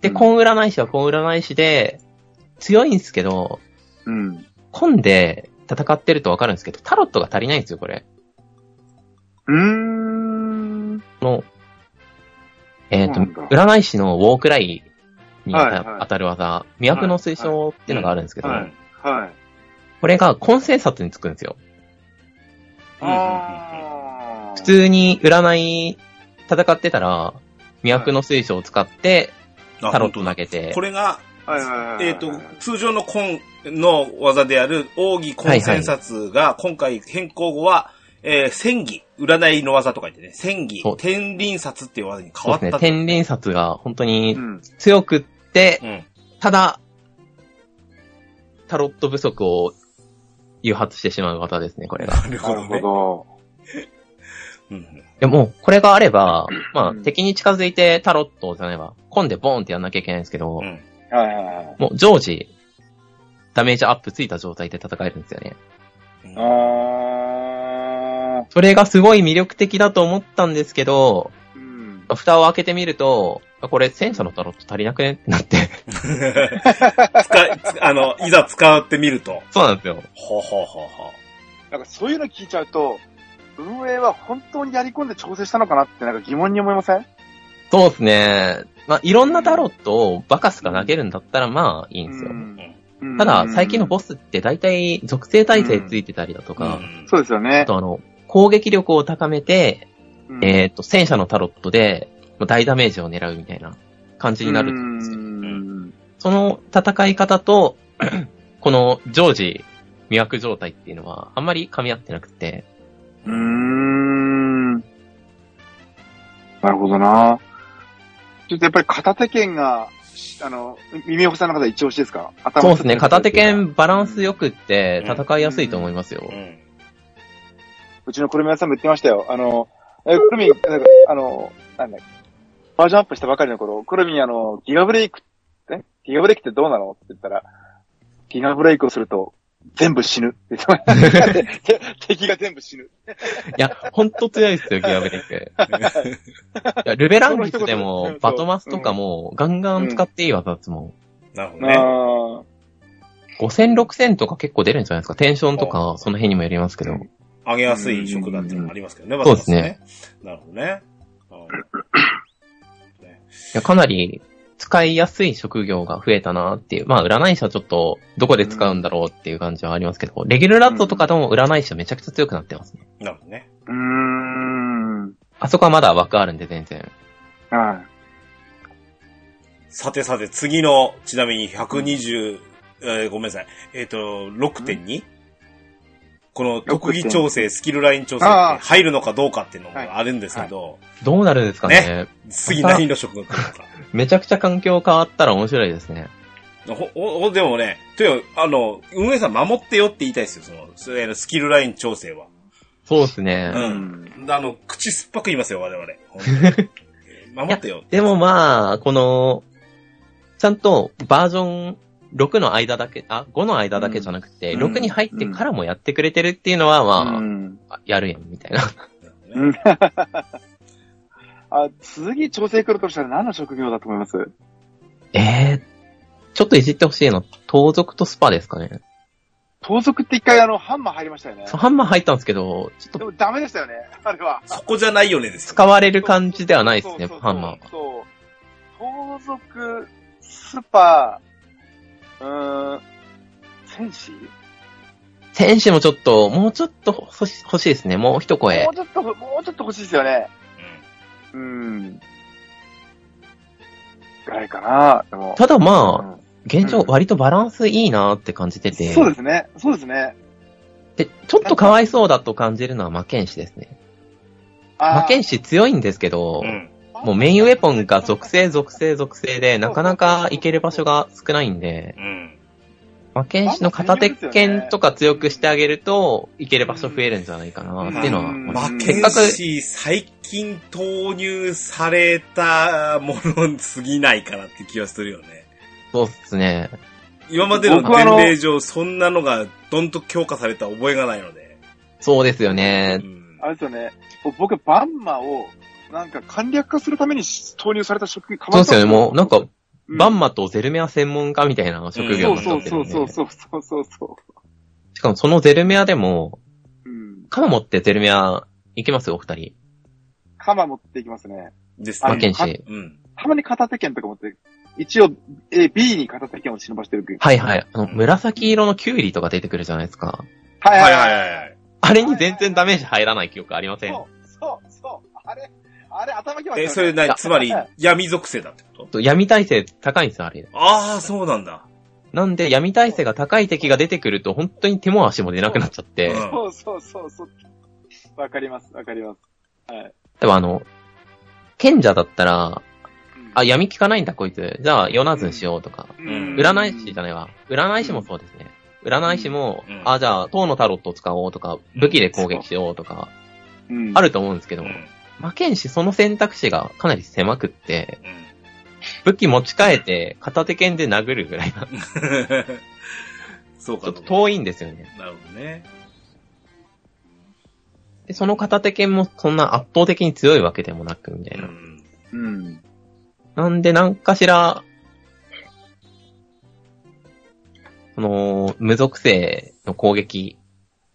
で、うんコン占い師はコン占い師で、強いんですけど、うん。コンで戦ってるとわかるんですけど、タロットが足りないんですよ、これ。うーん。この、えっ、そうなんとだ、占い師のウォークライに当た,、はいはいる技、魅惑の推奨っていうのがあるんですけど、はい。はい。これがコンセンサスにつくんですよ。ああ。普通に占い、戦ってたら、魅惑の水晶を使って、あタロット本当投だげてこ、れが、はいはいはいはい。えっ、と、通常のコンの技である、奥義コンセンサスが、今回変更後は、えー、戦技、占いの技とか言ってね、戦技そ、う天輪殺っていう技に変そうわっですねた、と。天輪札が本当にうん。強くって、うん。ただ、タロット不足を誘発してしまう技ですね、これが。いなるなほどるね。ほうんや、もう、これがあれば、まあう、ん敵に近づいてタロットじゃないわ、コンでボーンってやんなきゃいけないんですけどう、ん。ど。はいはいはい。もう常時、ダメージアップついた状態で戦えるんですよね。うんあそれがすごい魅力的だと思ったんですけど、ー。うん。蓋を開けてみると、あこれ戦車のタロット足りなくねってなって。 使い、つあの、いざ使ってみると。 そうなんですよ。ほうほうほうほなんかそういうの聞いちゃうと、運営は本当にやり込んで調整したのかなってなんか疑問に思いませんそうですね。まあ、いろんなタロットをバカスカ投げるんだったら、まあ、いいんですよ。うんただ、最近のボス。スって大体属性耐性ついてたりだとう。か、んそうですよねあ。とあの、攻撃力を高めて、うんえっ、と、戦車のタロットでまあ大ダメージを狙うみたいな感じになるうんですよ。ん。その戦い方と、 この常時魅惑状態っていうのはあんまり噛み合ってなくて、うーん。なるほどな。ちょっとやっぱり片手剣が、あの、耳ほさんの方一押しですか頭そうですね、片手剣バランス良くってうん戦いやすいと思いますよう。ん。 うちのコルミさんも言ってましたよ。あの、え、コルミン、なんか、あの、なんだっけバージョンアップしたばかりの頃、コルミン、あの、ギガブレイク、ね、ギガブレイクってどうなのって言ったら、ギガブレイクをすると、全部 死ぬ。 って言ってましたて敵が全部死ぬ。いや、ほんと強いですよ、ギガブレイク。いやルベランギスでその一も言、バトマスとかも、ガンガン使っていい技ですもん。なるほどあね。ー5000、6000とか結構出るんじゃないですか。テンションとか、その辺にもよりますけど。上げやすい食だっていうのもありますけどね、んそうですねわざわざね。なるほどね。うんいや、かなり使いやすい職業が増えたなっていう。まあ、占い師はちょっと、どこで使うんだろうっていう感じはありますけど、レギュラーラットとかでも占い師はめちゃくちゃ強くなってますね。なるほどね。うーん。あそこはまだ枠あるんで全然。はさてさて、次の、ちなみに120、えーごめんなさい。えっ、と、6.2? 今この特技調整、スキルライン調整あっあて入るのかどうかっていうのがあるんですけど、どうなるんですかね次何の職が来るのか。 めちゃくちゃ環境変わったら面白いですね。ほ、ほ、ほでもね、とよ、あの、運営さん守ってよって言いたいですよ、その、それあのスキルライン調整は。そうですね。うんん。あの、口酸っぱく言いますよ、我々。 本当に守ってよ。でもまあ、この、ちゃんとバージョン6の間だけ、あ、5の間だけじゃなくて、うん6に入ってからもやってくれてるっていうのは、うまんあ、やるやん、みたいな。ねあ、次調整来るとしたら何の職業だと思いますええちょっといじってほしいの、盗賊とスパですかね。盗賊って一回あの、ハンマー入りましたよね。そうハンマー入ったんですけど、ちょっでともダメでしたよね、 あれは。そこじゃないよね、ですよ使われる感じではないですね、そうそうそうハンマーは。そう。盗賊、スパ、うーん、戦士天使もちょっと、もうちょっと欲し欲しいですね、もう一声もう。ちょっと、もうちょっと欲しいですよね。うん。ぐらいかな、でも。ただまあ、うん現状うん割とバランスいいなって感じてて、そうですね、そうですね。でちょっとかわいそうだと感じるのは魔剣士ですね。あ魔剣士強いんですけど、うん。うん。もうメインウェポンが属性属性属性で、なかなか行ける場所が少ないんで、うん。魔剣士の片手剣とか強くしてあげると、行ける場所増えるんじゃないかなっていうのは、うんまあ馬うんせっ券かくし、最近投入されたものに過ぎないかなって気がするよね。そうっすね。今までの僕は前あの例上、そんなのがどんと強化された覚えがないので。そうですようね。んあれですよね。僕、バンマを、なんか簡略化するために投入された職業かそうですよね。もう、なんか、うんバンマとゼルメア専門家みたいな職業になそうっちそゃうってそるうんそうで。そうそうそうそしかもそのゼルメアでも、う。うん。カモ持ってゼルメア行きますよ、お二人。カマ持っていきますね。ですあ魔の剣ね。士。うん。たまに片手剣とか持って、一応、えー B に片手剣を忍ばしてる。はいはい。あの、紫色のキュウリとか出てくるじゃないですか。ははいはいはいはい。あれに全然ダメージ入らない記憶ありません。そう、そう、そう。あれ、あれ、頭きましたよね。え、それいなやつまり、闇属性だってこと闇耐性高いんですよ、あれ。ああ、そうなんだ。なんで、闇耐性が高い敵が出てくると、本当に手も足も出なくなっちゃって、うんそうそうそうそう。わかります、わかります。はい。でもあの、賢者だったら、うんあ、、闇効かないんだこいつ。じゃあ、ヨナズンしようとか。うん占い師じゃない。ないわ。占い師もそうですね。占い師も、うんあ、じゃあ、塔のタロットを使おうとか、武器で攻撃しようとか、うんあると思うんですけうどん。う、魔剣士その選択肢がかなり狭くって、ん。武器持ち替えて、片手剣で殴るぐらいな、ち そうか。ょっと遠いんですよね。なるほどね。で、その片手剣もそんな圧倒的に強いわけでもなく、みたいうな。ん。うん。なんで、なんかしら、その、無属性の攻撃、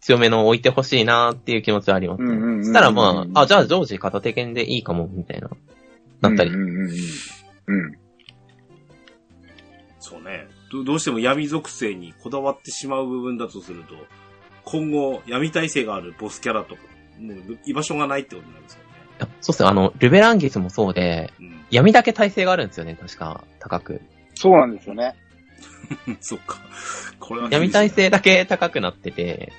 強めのを置いてほしいなっていう気持ちはありますね。うんうんうんうんそしたらまあ、あ、じゃあ常時片手剣でいいかも、みたいな、なったり。うんうんうんうん。うんそうねど。どうしても闇属性にこだわってしまう部分だとすると、今後闇耐性があるボスキャラとか、もう居場所がないってことになるんですよね。いやそうっすよ、あの、ルベランギスもそうで、うん。闇だけ耐性があるんですよね、確か、高く。そうなんですよね。 そっか。これは闇耐性だけ高くなってて、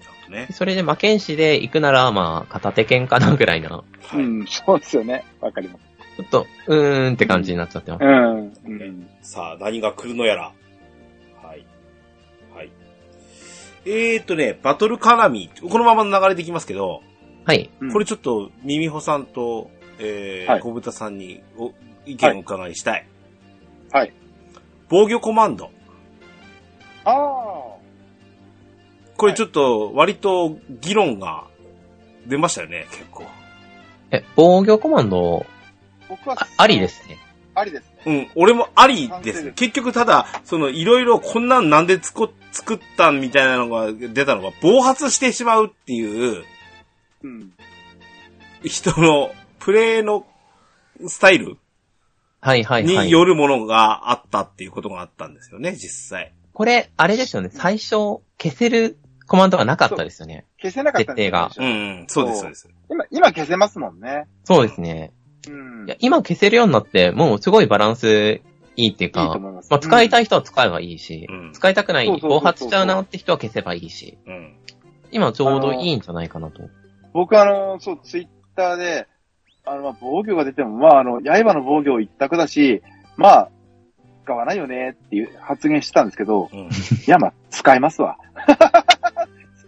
ちゃんとね。それで魔剣士で行くなら、まあ、片手剣かな、ぐらいな。はうい。ん、そうですよね。わかります。ちょっと、うーんって感じになっちゃってます。うん。うんさあ、何が来るのやら。はい。はい。えーっとね、バトルカナミ。このままの流れでいきますけど、はい。うんこれちょっと、ミミホさんと、えはー、い小豚さんにお意見をお伺いしたい。はい。防御コマンド。ああ。これちょっと、割と議論が出ましたよね、結構。え、防御コマンド、僕はあありで。すね。ありですね。うん、俺もありで賛成すで。す結局ただ、その、いろいろこんなんなんでつこ作ったんみたいなのが出たのが、暴発してしまうっていう、うん。人のプレイのスタイルはいはいはにい。よるものがあったっていうことがあったんですよね、実際。これ、あれですよね。最初、消せるコマンドがなかったですよね。消せなかったんですよ設うん、うん、そうです、そうです。今、今消せますもんね。そうですね。うんいや。今消せるようになって、もうすごいバランスいいっていういいとか、思います。まあ、使いたい。い人は使えばいいいし、うん使いたくない、そうそうそう暴そう発しちゃうなって人は消せばいいし、うん。今ちょうどいいんじゃないかなと。僕あの、そう、ツイッターで、あの、まあ、防御が出ても、まあ、あの、刃の防御一択だし、まあ、使わないよねっていう発言してたんですけど、うん。いや、まあ、使いますわ。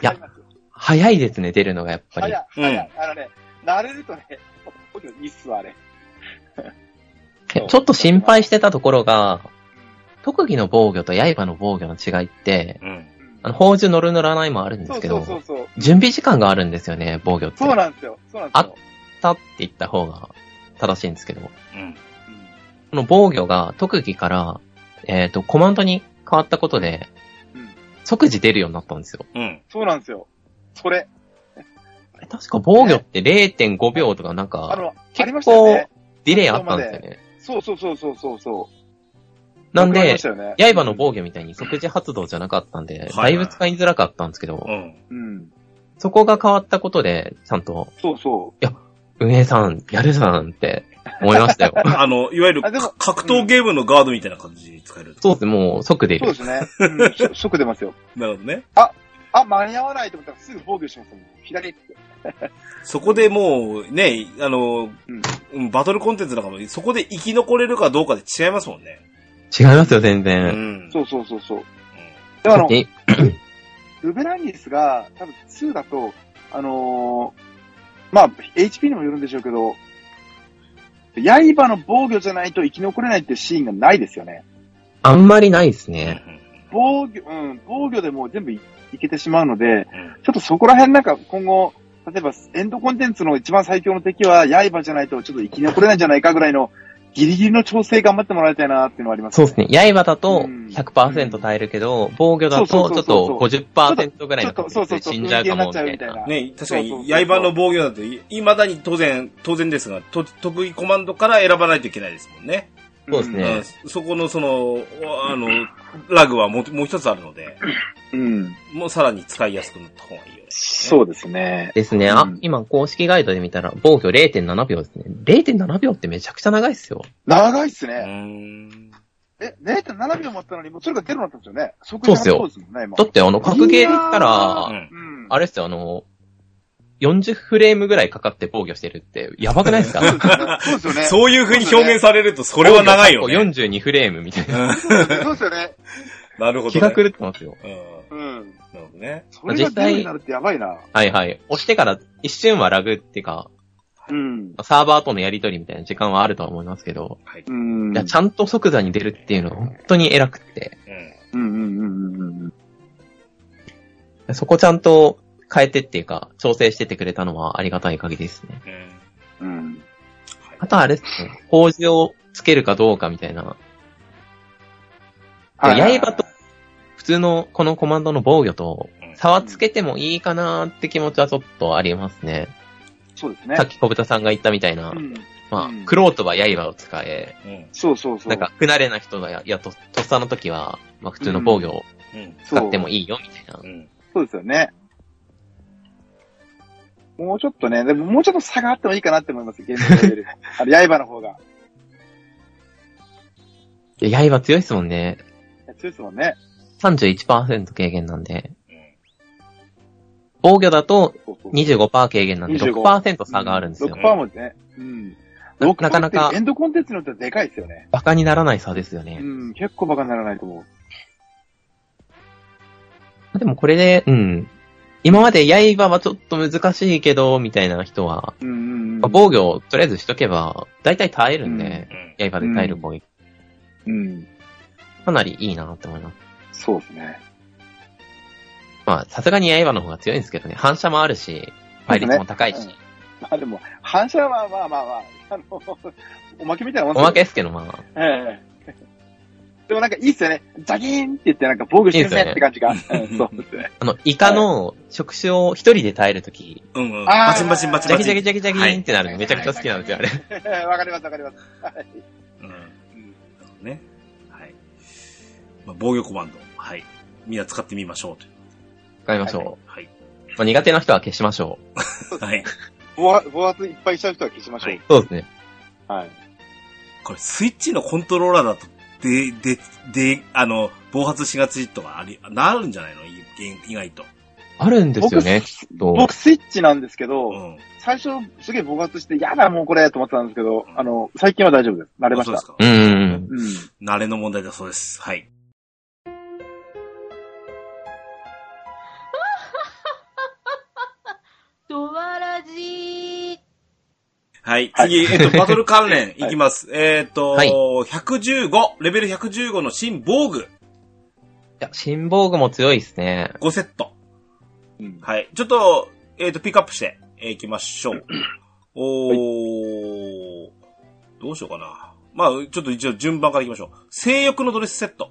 や 使います。早いですね、出るのがやっぱり。早い、うん早い。あのね、慣れるとね、 防御いいっすわ、あれ。ちょっと心配してたところが、特技の防御と刃の防御の違いって、うん。うんあの、宝珠乗る乗らないもあるんでそすうけそど、うそうそう。準備時間があるんですよね、防御って。そうなんですよ。そうなんですよ。たって言った方が正しいんですけど、こうん。の防御が特技から、えっ、と、コマンドに変わったことで、うんうん即時出るようになったんですよ。うん。そうなんですよ。それ、あれ確か防御って0.5秒とかなんあか、の、あり結ましたよ構ね。ディレイあったんですよね。そうそうそうそうそうそう。なん僕ありまでし、たよね刃の防御みたいに即時発動じゃなかったんで、だいぶ使いづらかったんですけどう、ん。うん。そこが変わったことで、ちゃんと、そうそ運営さん、やるじゃんって思いま したよ。あの、いわゆるあでも格闘ゲームのガードみたいな感じに使える。そうです、もう即出う。るそうで。すね。 うんしょ即出ますよ。なるほどね。あ、間に合わないと思ったらすぐ防御しますもん。左って。そこでもう、ね、あの、うんうんバトルコンテンツなんかも、そこで生き残れるかどうかで違いますもんね。違いますよ、全う然。ん。そうそうそうそう。うで、あの、えルベラニスが、多分2だと、あのーまあ、HP にもよるんでしょうけど、刃の防御じゃないと生き残れないっていうシーンがないですよね。あんまりないですん。ね。防御、うん、防御でもう全部いいけてしまうので、うんちょっとそこら辺なんか今後、例えばエンドコンテンツの一番最強の敵は刃じゃないとちょっと生き残れないんじゃないかぐらいのギリギリの調整頑張ってもらいたいなっていうのはありますそうですね。刃だとうん100%耐えるけど、防御だとちそうょそうっそうとそう50%ぐらいちのょっと、そう確そ率うそう、で死んじゃうかも運みゲたいーになっちゃうみたいな。な。ね、確かそうそうに、そう刃の防御だと、い未だに当然、当然ですが、と得意コマンドから選ばないといけないですもんね。そうですねうん、そこの、その、あの、ラグはもうもう一つあるので、うん。うん。もうさらに使いやすくなった方がいいよね。そうですね。ですね。あうん、今公式ガイドで見たら、防御0.7秒ですね。0.7秒ってめちゃくちゃ長いっすよ。長いっすうね。ん。え、0.7秒もあったのに、もうそれが出るようになったんですよね。即そうっすよそうですもんね、今。だってあの、格ゲーで言ったうら、ん。うん。あれっすよ、あの、40フレームぐらいかかって防御してるって、やばくないですかそ うですよね。そうそういう風に表現されると、それは長いよね。 42フレームみたいな。ですよね。なるほど、ね。気が狂ってますよ。うん。うん。なるほどね。それが出るようになるってやばいな。はいはい。押してから一瞬はラグっていうか、うん。サーバーとのやりとりみたいな時間はあるとは思いますけど、はい。う。うんいやちゃんと即座に出るっていうのは本当に偉くって、ん。うんうんうんうんうん。そこちゃんと変えてっていうか、調整してってくれたのはありがたい限りですね。うん。うん。あとあれっすね、工事をつけるかどうかみたいな、刃と普通のこのコマンドの防御とう、ん差はつけてもいいかなって気持ちはちょっとありますね。そうですねさ。っき小豚さんが言ったみたいな、うん。まうんあ、クロートは刃を使え、うん。そうそうそう。なんか、不慣れな人がや、やっと、とっさの時は、まあ普通の防御をうん。使ってもいい。いいよ、みたいな。うん。そうですよね。もうちょっとね、でももうちょっと差があってもいいかなって思います、現状 より。あの、刃の方が。いや、刃強いですもんね。いや強いですもんね。 31%軽減なんで。防御だとそうそう25%軽減なんで、 25 6%差があるんですよ。 6%もね。うん。な6%なかなかってエンドコンテンツによってはでかいですよね。バカにならない差ですようね。ん。結構バカにならないと思う。でもこれで、うん。今まで刃はちょっと難しいけど、みたいな人は、うんうんまあうん。防御をとりあえずしとけば、大体耐えるんで、うん。刃で耐える攻撃、うん。かなりいいなって思います。そうですね。まあ、さすがに刃の方が強いんですけどね。反射もあるし、倍率も高いし。まあでも、反射はまあまあまあ、あの、おまけみたいなもんおまけですけど、まあ。ええでもなんかいいっすよね。ザギーンって言ってなんか防御していいるっすよねねって感 じが。うんそうですね。あの、イカの触手を一人で耐えるとき、うん。うん。あーバチンバチンバチンジャバキジチャキン。ジャキジャキンってなるのめちゃくちゃ好きなんですよ、あれ。 わかりますわかります。うん。なるほどね。はい。まあ、防御コマンド。はい。みんな使ってみましょうという。使いましょはい。う。まあ、苦手な人は消しましょう。はい。暴発暴発いっぱいしちゃう人は消しましょう。そうですね。はい。これ、スイッチのコントローラーだとで、で、で、あの、暴発しがちとかあり、なるんじゃないのい意外と。あるんですよね、きっと僕。スイッチなんですけど、うん。最初すげえ暴発して、やだもうこれと思ってたんですけど、あの、最近は大丈夫です。慣れましそうたで。すか。うんうん。うん。慣れの問題だそうです。はい。 ドワラジー。はい。はい次、えっと、バトル関連いきます。えっと、はい115、レベル115の新防具いや、新防具も強いですね。 5セット。うんはい。ちょっと、えっ、と、ピックアップして、えーいきましょう。おー、どうしようかな。まあ、ちょっと一応順番からいきましょう。性欲のドレスセット。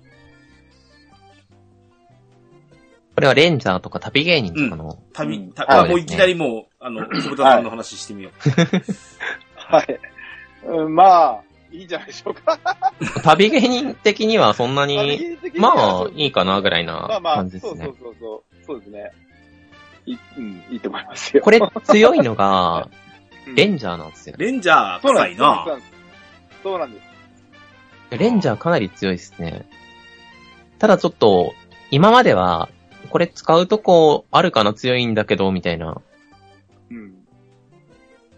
これはレンジャーとか旅芸人とかの、旅、うんたはいあもういきなりもう、あの、つぶたさんの話してみよう。はい。うんまあ、いいんじゃないでしょうか。旅芸人的にはそんなに、技術的にまはあそ、ういいかなぐらいまあなまあ感、じでそすうそねう。そうそう。そうですね。い、うん、いいと思いますよ。これ強いのが、うんレンジャーなんですよ。レンジャーそう臭なんでいす。な。そうなんです。レンジャーかなり強いですね。ただちょっと、今までは、これ使うとこあるかな強いんだけど、みたいな。うん。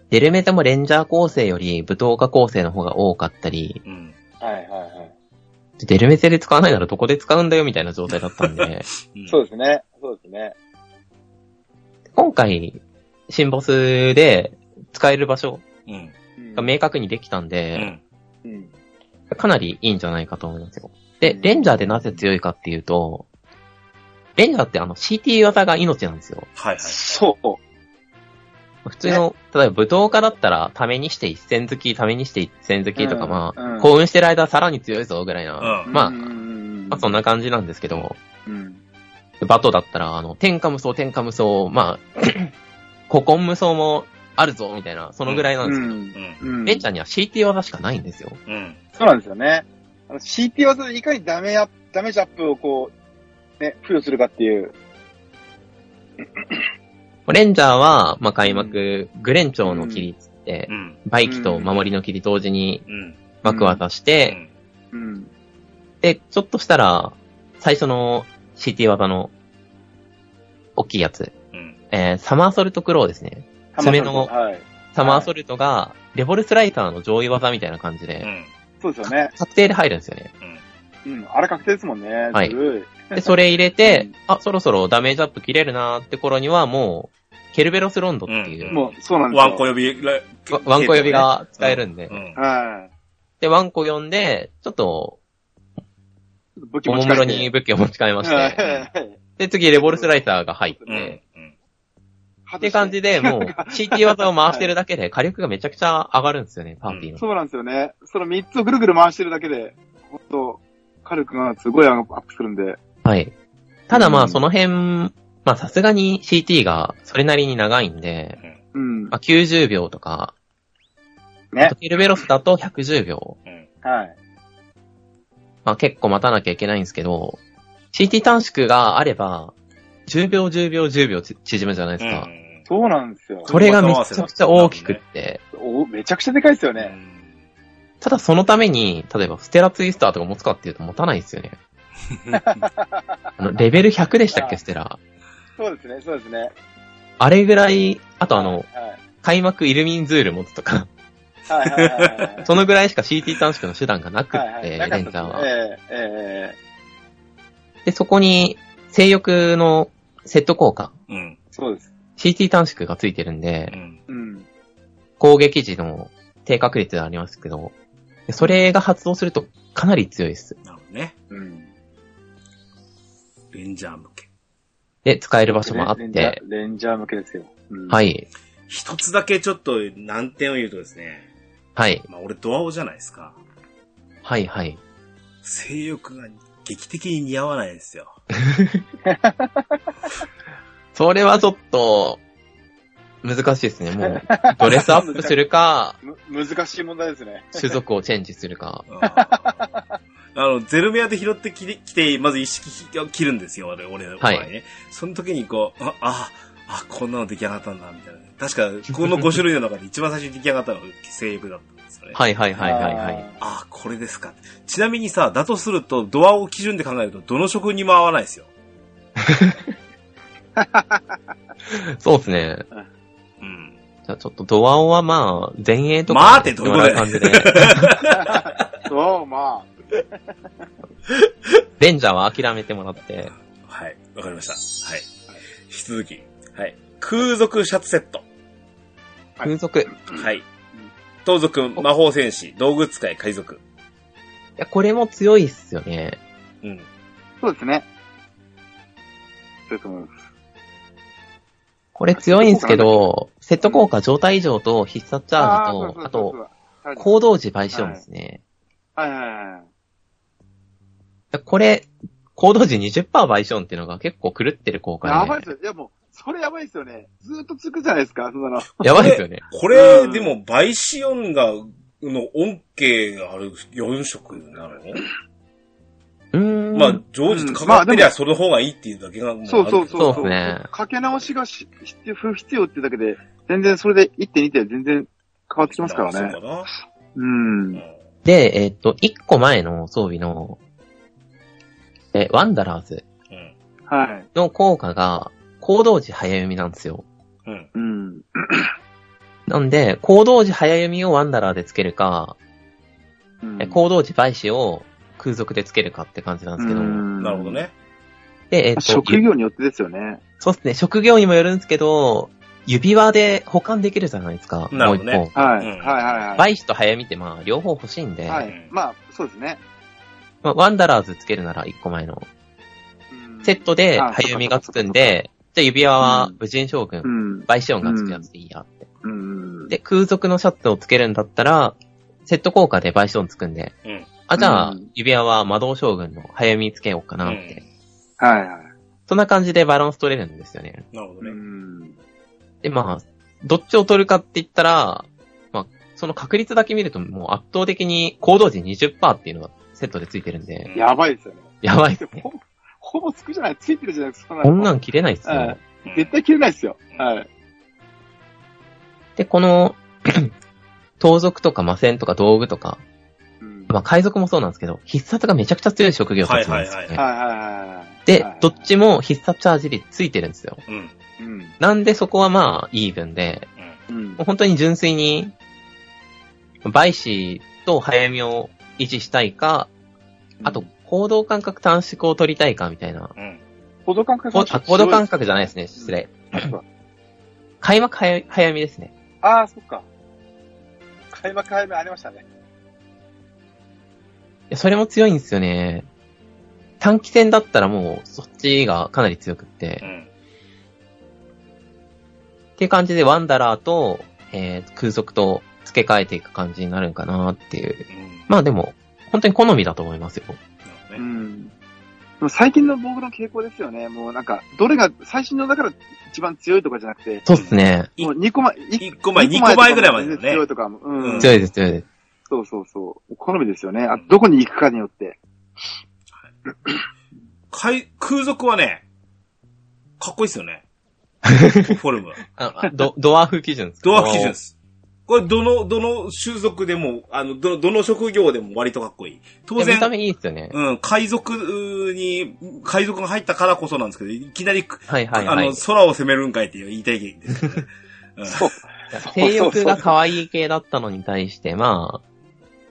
デルメタもレンジャー構成より武闘家構成の方が多かったり、うん。はいはいはい。デルメテで使わないならどこで使うんだよみたいな状態だったんで、うんそうですね。そうですね。今回、新ボスで使える場所うん。うんが明確にできたんうで、ん。うん。かなりいいんじゃないかと思いますよ。で、レンジャーでなぜ強いかっていうと、レンジャーってあの CT 技が命なんですよ。はいはい。そう。普通の、例えば武闘家だったら、ためにして一戦好き、ためにして一戦好きとか、うんまうあ、ん幸運してる間さらに強いぞ、ぐらいな。うん。まあうんうんまあ、そんな感じなんですけど、うん。バトだったら、あの、天下無双、天下無双、ま あ、古今無双もあるぞ、みたいな、そのぐらいなんですけど、ん。うん。うんレンちゃんには CT 技しかないんですよ。うん。そうなんですよね。あの CT 技でいかにダメアップ、ダメージアップをこう、ね、付与するかっていう。レンジャーは、まあ、開幕、グレンチョウの霧っつってう、ん。バイキと守りの霧同時にうん。幕渡しうて、ん。うん。で、ちょっとしたら、最初の CT 技の、大きいやつ、うん。えー、サマーソルトクローですね。爪のはい。サマーソルトが、レボルスライターの上位技みたいな感じうで、ん。そうですよね。確定で入るんですよね。うん。あれ確定ですもんね。はいずるで、それ入れてうん、あ、そろそろダメージアップ切れるなーって頃には、もう、ケルベロスロンドっていうんう、い。 もう、そうなんですよ。ワンコ呼び、らわワンコ呼びが使えるんで、うん。はい。で、ワンコ呼んで、ちょっと、ちょっと武器お持もちむ帰ろってに武器を持ち替えましはいて、はいで、次、レボルスライターが入って、うっん。うん。て感じで、 もう、CT 技を回してるだけで、火力がめちゃくちゃ上がるんですよね、パーティーの。そうなんですよね。その3つをぐるぐる回してるだけで、ほんと、火力がすごいアップするんで。はい。ただまうあ、んその辺、まあ、さすがに CT がそれなりに長いんで、うん。まあ、90秒とか、ねあとケルベロスだと110秒。はい。まあ結構待たなきゃいけないんですけど、CT 短縮があれば、10秒10秒10秒ち縮むじゃないですか。うんそうなんですよ。これがめちゃくちゃ大きくって、おめちゃくちゃでかいですよね。ただそのために、例えばステラツイスターとか持つかっていうと持たないですよ ね。あの、レベル100でしたっけ、あステラ。そうですね、そうですね。あれぐらい、あとあの、はい開幕イルミンズール持つと か、はいはいはいはいは い。そのぐらいしか CT 短縮の手段がなくっはいはいて、レなンかジっャたーは。ですねええええで、そこに、性欲のセット効果、うん。うん。そうです。 CT 短縮がついてるんでう、ん。うん。攻撃時の低確率でありますけど、それが発動するとかなり強いです。なるほどね。うん。レンジャー向け。で、使える場所もあっレンジャて、ーレンジャー向けですよ。うんはい、一つだけちょっと難点を言うとですね。はい、まあ俺ドアオじゃないですか。はい、はい。性欲が劇的に似合わないんですよ。それはちょっと、難しいですね。もう、ドレスアップするか、む難しい問題ですね。種族をチェンジするか。うんあの、ゼルメアで拾ってきて、きてまず一式を切るんですよ、俺、俺の場合ね。はその時にこう、あ、あ、あ、こんなの出来上がったんだ、みたいな。確か、この5種類の中で一番最初に出来上がったのが性欲だったんですよね。はいはいはいはいはい。あー、これですか。ちなみにさ、だとすると、ドアを基準で考えると、どの職にも合わないですよ。そうですね。うん。じゃあちょっとドアオはまあ、前衛とか。まあってどういうことだよ感じで。あー。そう、まレンジャーは諦めてもらって。はい。わかりました。はい。引き続き。はい。空賊シャツセット。はい風俗。いはい。盗賊、魔法戦士、道具使い、海賊。や、これも強いっすよね。うん。あ。そうですね。そうだと思います。これ強いんですけど、セット効果状態異常と必殺チャージそと、うそうあそうと、そう行動時倍賞ですね。はいはいはいはい。いやこれ、行動時20%倍賞っていうのが結構狂ってる効果で。やばいですよ。いやもう、それやばいですよね。ずーっと続くじゃないですか、そんなの。やばいですよね。これ、うんでも、バイシオンが、の恩恵がある4色になるの、うーん。まあ、常時かかってりゃその方がいいっていうだけがもあるけど、そうそうそう。そうっすねかけ直しがし必要不必要ってだけで、全然それで1.2点全然変わってきますからねそ。うかなうん。うんはで、えっと、1個前の装備の、え、ワンダラーズうん。い。の効果が、行動時早読みなんですよ。うん。うん。なんで、行動時早読みをワンダラーでつけるか、うんえ行動時倍死を空賊でつけるかって感じなんですけど。うんなるほど。ね。で、えっ、まと、あ職業によってですよね。そうですね、職業にもよるんですけど、指輪で保管できるじゃないですか。なるほどねもう一はい。うんはいはいはい。倍死と早読みってまあ、両方欲しいんで、はい。まあ、そうですね。まあ、ワンダラーズつけるなら1個前の。うんセットであ早読みがつくんで、じゃあ指輪は武人将軍、うん。倍死音がつくやつでいいやって。うん。で、空賊のシャツをつけるんだったら、セット効果でバイションつくんで、うんあ、じゃあ、うん指輪は魔導将軍の早見つけようかなって、うんはいはい。そんな感じでバランス取れるんですよね。なるほどうね。ん。で、まあ、どっちを取るかって言ったら、まあ、その確率だけ見るともう圧倒的に行動時20%っていうのがセットでついてるんで、やばいですよね。やばいっすね。ほぼ、ほぼつくじゃないついてるじゃないですか。こんなんん切れないっすよ。はい絶対切れないですよ。はい。で、この、 盗賊とか魔戦とか道具とか、うんまあ、海賊もそうなんですけど、必殺がめちゃくちゃ強い職業たちなんですよね。はいはいはいはいはいはいはい。ではい、どっちも必殺チャージ率ついてるんですよ。うん。うん。うん。なんでそこはまあ、イーブンで、うんもう。本当に純粋に、バイシーと早読みを維持したいか、あと、行動間隔短縮を取りたいかみたいな。うん。行動感覚こあ行動間隔じゃないですね、失礼。開幕早早読みですね。ああ、そっか。開幕早めありましたね。いやそれも強いんですよね。短期戦だったらもう、そっちがかなり強くってう。ん。っていう感じで、ワンダラーと、えー空賊と付け替えていく感じになるんかなっていう。うん。まあでも、本当に好みだと思いますよ。なるうほどねん。でも最近の僕の傾向ですよね。もうなんか、どれが、最新のだから一番強いとかじゃなくて、そうっすね。いもう2個前、1 1個前、2個前ぐらいまでだよね。強いとかも、ううんん。強いです、強いです。そうそうそう。好みですよね。あどこに行くかによって。海空賊はね、かっこいいっすよね。フォルム。あ、あド、ドワーフ基準ですかドアフ基準で。す。これ、どの、どの種族でも、あの、どの、どの職業でも割とかっこいい。い当や見然た、目いいっすよね。うん、海賊に、海賊が入ったからこそなんですけど、いきなり、はいはいあはの、い。空を攻めるんかいっていう言いたいですけどね。うんそう。性欲が可愛い系だったのに対して、まあ、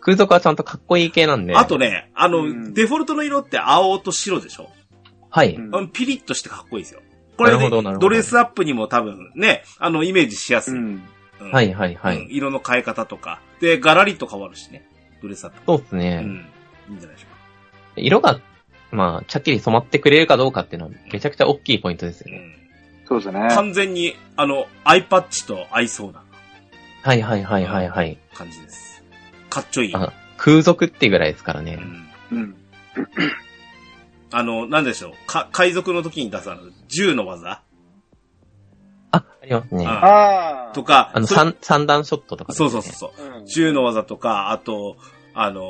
空賊はちゃんとかっこいい系なんで。あとね、あの、うんデフォルトの色って青と白でしょ、はい。あのピリッとしてかっこいいですよ。これなるねほどなる、ほどドレスアップにも多分ね、あの、イメージしやすい。うん。うんはいはいはうんい。色の変え方とか。で、ガラリと変わるしね。ドレスアップ。そうっすうね。ん。いいんじゃないでしょう色が、まあ、ちゃっきり染まってくれるかどうかっていうのは、めちゃくちゃ大きいポイントですよか。うね。んそうですね。完全に、あの、アイパッチと合いそうなはいはいはいはいはい。感じです。かっちょいい。あ空賊ってぐらいですからうね。んうん。あの、なんでしょう。か、海賊の時に出すあの銃の技あ、ありますね。あああ。とか、あの、それ三、三段ショットとかですそね。うそうそうそう。うん銃の技とか、あと、あのー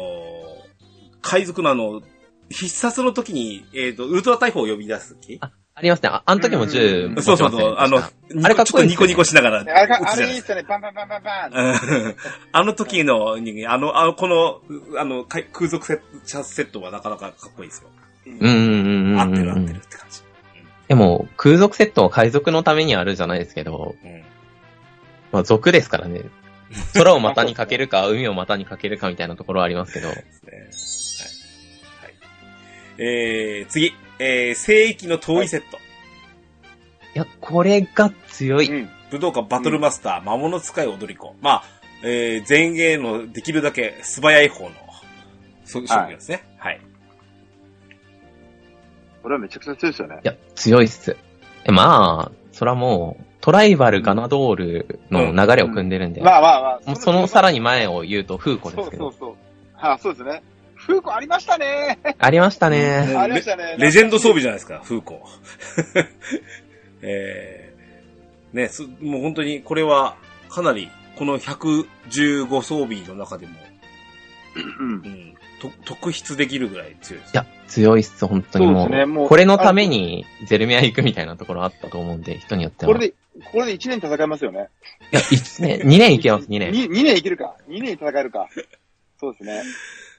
海賊のあの、必殺の時に、えっ、と、ウルトラ大砲を呼び出す時あありますね。ああの時も銃うん持ってませんでした。そうそうそう。あの、あれかっちょっこといいですねニコニコしながらあれか、撃あつじゃないれいいでっすか。すよね。バンバンバンバンバン。うんあの時の人間、あの、あの、この、あの、かい空賊セットセットはなかなかかっこいいですよ。うんうんうんうんうん。合ってる合ってるって感じ。でも、空賊セットは海賊のためにあるじゃないですけど、うん。まあ、族ですからね。空を股にかける か、海を股にかけるかみたいなところはありますけど。ですね。はい。はい、えー、次。えー、聖域の遠いセット。いや、これが強い。うん。武道館バトルマスター、魔物使い踊り子。まあ、えー、前衛のできるだけ素早い方の、そういう職業ですね。はい。これはめちゃくちゃ強いですよね。いや、強いっす。えまあ、そらもう、トライバル、ガナドールの流れを組んでるんで、まあまあまあ。もうそのさらに前を言うと、フーコでそすうけそどう。そう。はあ、そうですね。風光ありましたね。ありましたね。うんありましたね。レジェンド装備じゃないですか、風光。 えー、ね、すもう本当にこれは、かなり、この115装備の中でも、うんう。ん、と特筆できるぐらい強いです。いや、強いっす、本当にもそうう。ですねもうこれのために、ゼルメア行くみたいなところあったと思うんで、人によっては。これで、これで1年戦えますよね。いや、1年、2年行けます、2 2年。年。2年いけるか。2年戦えるか。そうですね。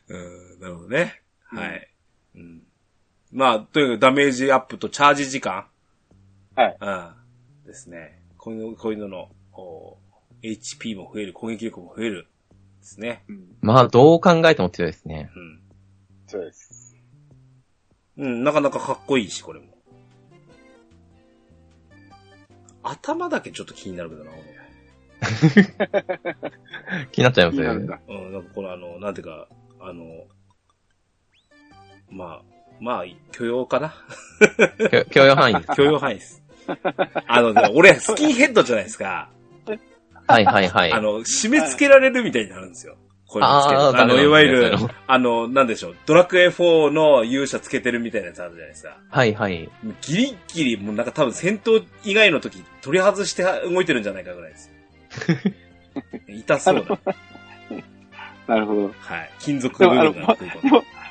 うん、なるほどね。はい。うん。まあ、とにかくダメージアップとチャージ時間。はい。うん。ですね。こういうの、こういうのの、こう HP も増える、攻撃力も増える。ですね。うん。まあ、どう考えても強いですね。うん。そうです。うん、なかなかかっこいいし、これも。頭だけちょっと気になるけどな、気になっちゃいますいいよなんね。だ。俺。うん、なんかこのあの、なんていうか、あの、まあ、まあ、許容かな許許容範囲です。 許容範囲です。あのね、俺、スキンヘッドじゃないですか。はいはいはい。あの、締め付けられるみたいになるんですよ。こういうのつけるあーあの、ダメなんですねいわゆそれるも、あの、なんでしょう、ドラクエ4の勇者つけてるみたいなやつあるじゃないですか。 はいはい。ギリギリ、もうなんか多分戦闘以外の時、取り外して動いてるんじゃないかぐらいです。痛そうな。なるほど。はい。金属のようでなも。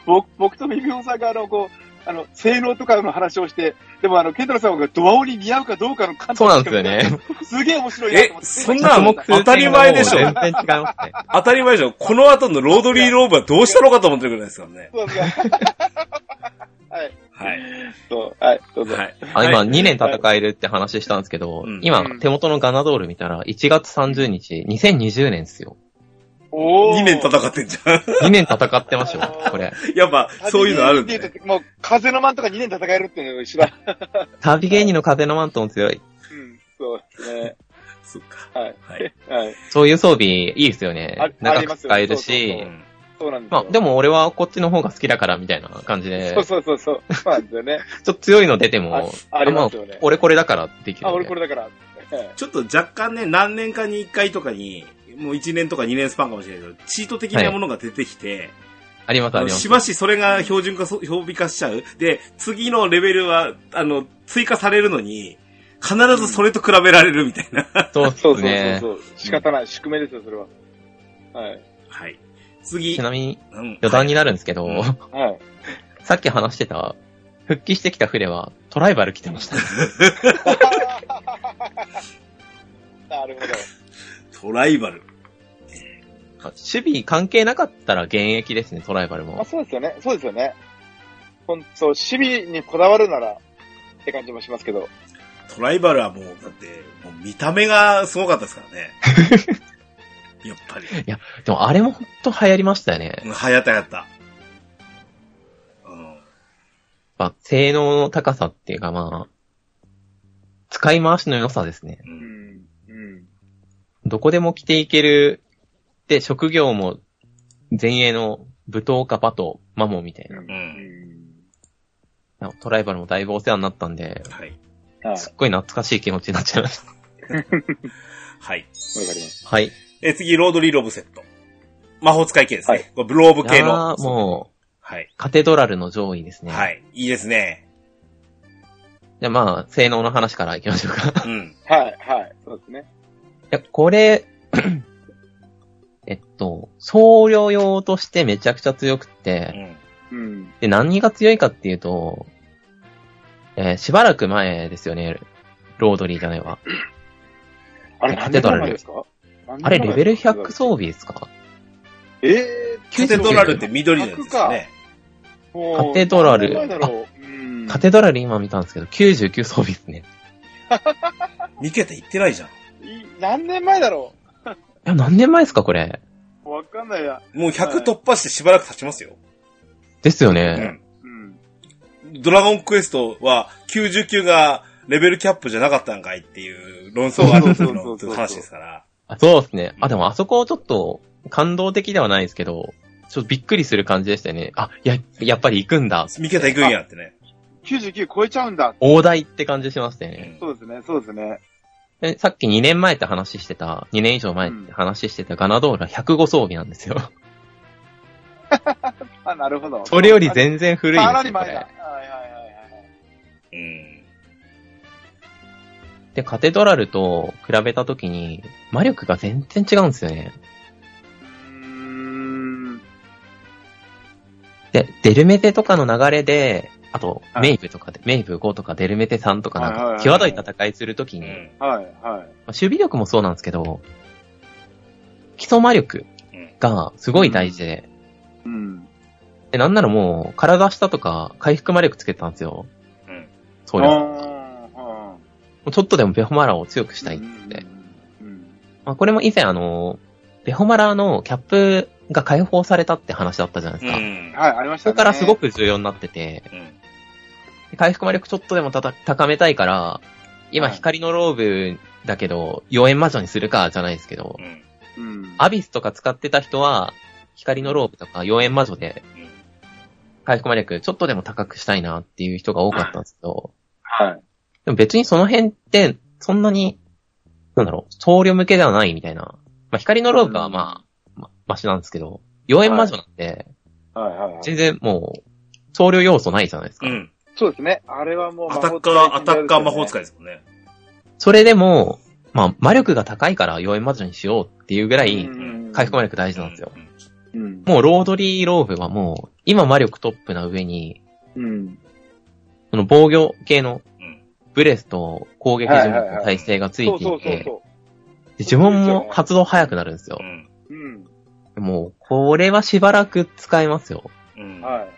僕、僕とミビオさんが、あの、こう、あの、性能とかの話をして、でも、あの、ケンタロウさんがドアオに似合うかどうかの観そうなんですよよね。すげえ面白いなとえ思っ、て。そんななんの当たり前でしょ。全然違いますね。当たり前でしょ。この後のロードリーローブはどうしたのかと思ってるぐらいですからね。そうですか。はい。はい。そう、はい、どうぞ。はい。あはい今、2年戦えるって話したんですけど、うん今うん、手元のガナドール見たら、1月30日、2020年ですよ。お2年戦ってんじゃん。 2年戦ってますよ、これ。やっぱ、そういうのあるんで、で言ね。うと、もう、風の間とか2年戦えるっていうの が一番。旅芸人の風のマントも強い。うん、そうですね。そっか。はい。はい。はい。そういう装備、いいですよねあ。あ長りまくすよ使えるうしう、んそうなんですまよ。あ、でも俺はこっちの方が好きだからみたいな感じでそ、うそうそうそう。そうなんですよね。ちょっと強いの出ても、あありますよねあまあ俺これだからできるんで。あ、俺これだから。はいちょっと若干ね、何年かに1回とかに、もう1年とか2年スパンかもしれないけど、チート的なものが出てきて、あります、ああのりますし。ばしそれが標準化そ、標備化しちゃう。で、次のレベルは、あの、追加されるのに、必ずそれと比べられるみたいな。そうそですうそうそうね。そう。仕方ない。宿命ですよ、それは。はい。はい。次ち、なみに、うん余談になるんですけど、はいはい。さっき話してた、復帰してきたフレは、トライバル来てました。なるほど。トライバル。守備関係なかったら現役ですね、トライバルまあ、も。そうですよね。そうですよね。ほんそう、守備にこだわるなら、って感じもしますけど。トライバルはもう、だって、もう見た目がすごかったですか らね。やっぱり。でもあれもほんと流行りましたよね。うんはやったはやった。うん。まあ、性能の高さっていうかまあ、使い回しの良さですね。うんん。うん。どこでも着ていける。で、職業も前衛の舞踏家パト、マモみたいな。トライバルもだいぶお世話になったんで、はい。はい。わかすっごい懐かしい気持ちになっちゃいました。はい。ります。はい。え、次、ロードリーロブセット。魔法使い系ですね。これローブ系あの。ーもう、はい。カテドラルの上位ですね。はい。いいですね。じゃあまあ、性能の話からいきましょうか。 うん。はい、はい。そうですね。いや、これ、 えっと、僧侶用としてめちゃくちゃ強く うて、ん。うん。で、何が強いかっていうと、えーしばらく前ですよね、ロードリーじゃないわ。あれ何年前ですかあれ、レベル100装備ですかえカテドラルって緑のやつですね。ー、もカテドラル何年前だろううんカテドラル今見たんですけど、99装備ですね。 2桁いってないじゃん。い何年前だろいや、何年前ですか、これ。うわかんないや。もう100突破してしばらく経ちますよ。ですようね。ん。うん。ドラゴンクエストは99がレベルキャップじゃなかったんかいっていう論争がある時そのうそうそうそう話ですから。あそうですね。あ、でもあそこちょっと感動的ではないですけど、ちょっとびっくりする感じでしたよね。あ、や、やっぱり行くんだ。三桁いくんやってね。 99超えちゃうんだ。大台って感じしましたよね。そうですね、そうですね。でさっき2年前って話してた、2年以上前って話してたガナドーラ105装備なん ですよ。あ、なるほど。それより全然古いかんでなすよ、こり前だ。れは。いはいはいはい。うん。で、カテドラルと比べたときに、魔力が全然違うんですよね。うーん。で、デルメテとかの流れで、あと、はいメイブとかで、メイブ5とかデルメテ3とかはいはいなんはか、い際どい戦いするときうに、ん。はいはい。まあ守備力もそうなんですけど、基礎魔力がすごい大事で、うん。でなんならもう、体下とか回復魔力つけてたんですよ。うん。そうです。もあーうんうちょっとでもベホマラを強くしたいっうんて。うんまあ、これも以前あの、ベホマラのキャップが解放されたって話だったじゃないですか。うんはい、ありましそたれね。からすごく重要になってて、うんで回復魔力ちょっとでもたた高めたいから、今はい光のローブだけど、妖艶魔女にするかじゃないですけどう、ん。うん、アビスとか使ってた人は、光のローブとか妖艶魔女でうん回復魔力ちょっとでも高くしたいなっていう人が多かったんですけど、はい。でも別にその辺って、そんなに、なんだろう、僧侶向けではないみたいな。まあ、光のローブはまあ、ま、マシなんですけど、妖艶魔女なんて、はいはいはい。全然もう、僧侶要素ないじゃないですか。うん。そうですね。あれはもう、アタッカー、アタッカー魔法使い。いですもんね。それでも、まあ、魔力が高いから妖艶魔女にしようっていうぐらい、うん回復魔力大事なんですよ。うん。うん。もう、ロードリーローブはもう、今魔力トップな上に、うん。その防御系のうん、ブレスと攻撃はい呪はいはい文の耐性がついそうてそういそうて、そで呪文も発動早くなるんですよう。ん。う。うん。もう、これはしばらく使えますよ。うん。はい。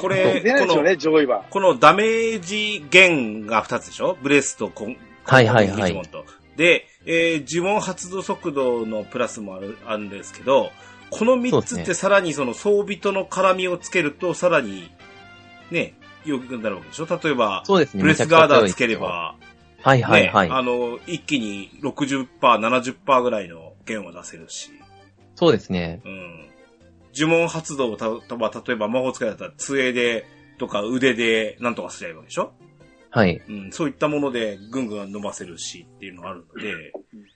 これ出ないでしょうね、上位は。このダメージ減が2つでしょブレスとコン、はいはいはいコンティニティ呪文とで、えー呪文発動速度のプラスもある、あるんですけど、この3そうつっですてねさらにその装備との絡みをつけると、さらに、ね、よくなるわけでしょ例えば、そうですね。ブレスガーダーつけれめちゃくちゃ強いですよ。ば、はいね、はいはあい。の、一気に60%、70%ぐらいの減を出せるし、そうですね。うん。呪文発動をた、たまあ例えば魔法使いだったら杖で、とか腕で、なんとかすればいいわけでしょはい。うん、そういったものでぐんぐん伸ばせるしっていうのがあるので、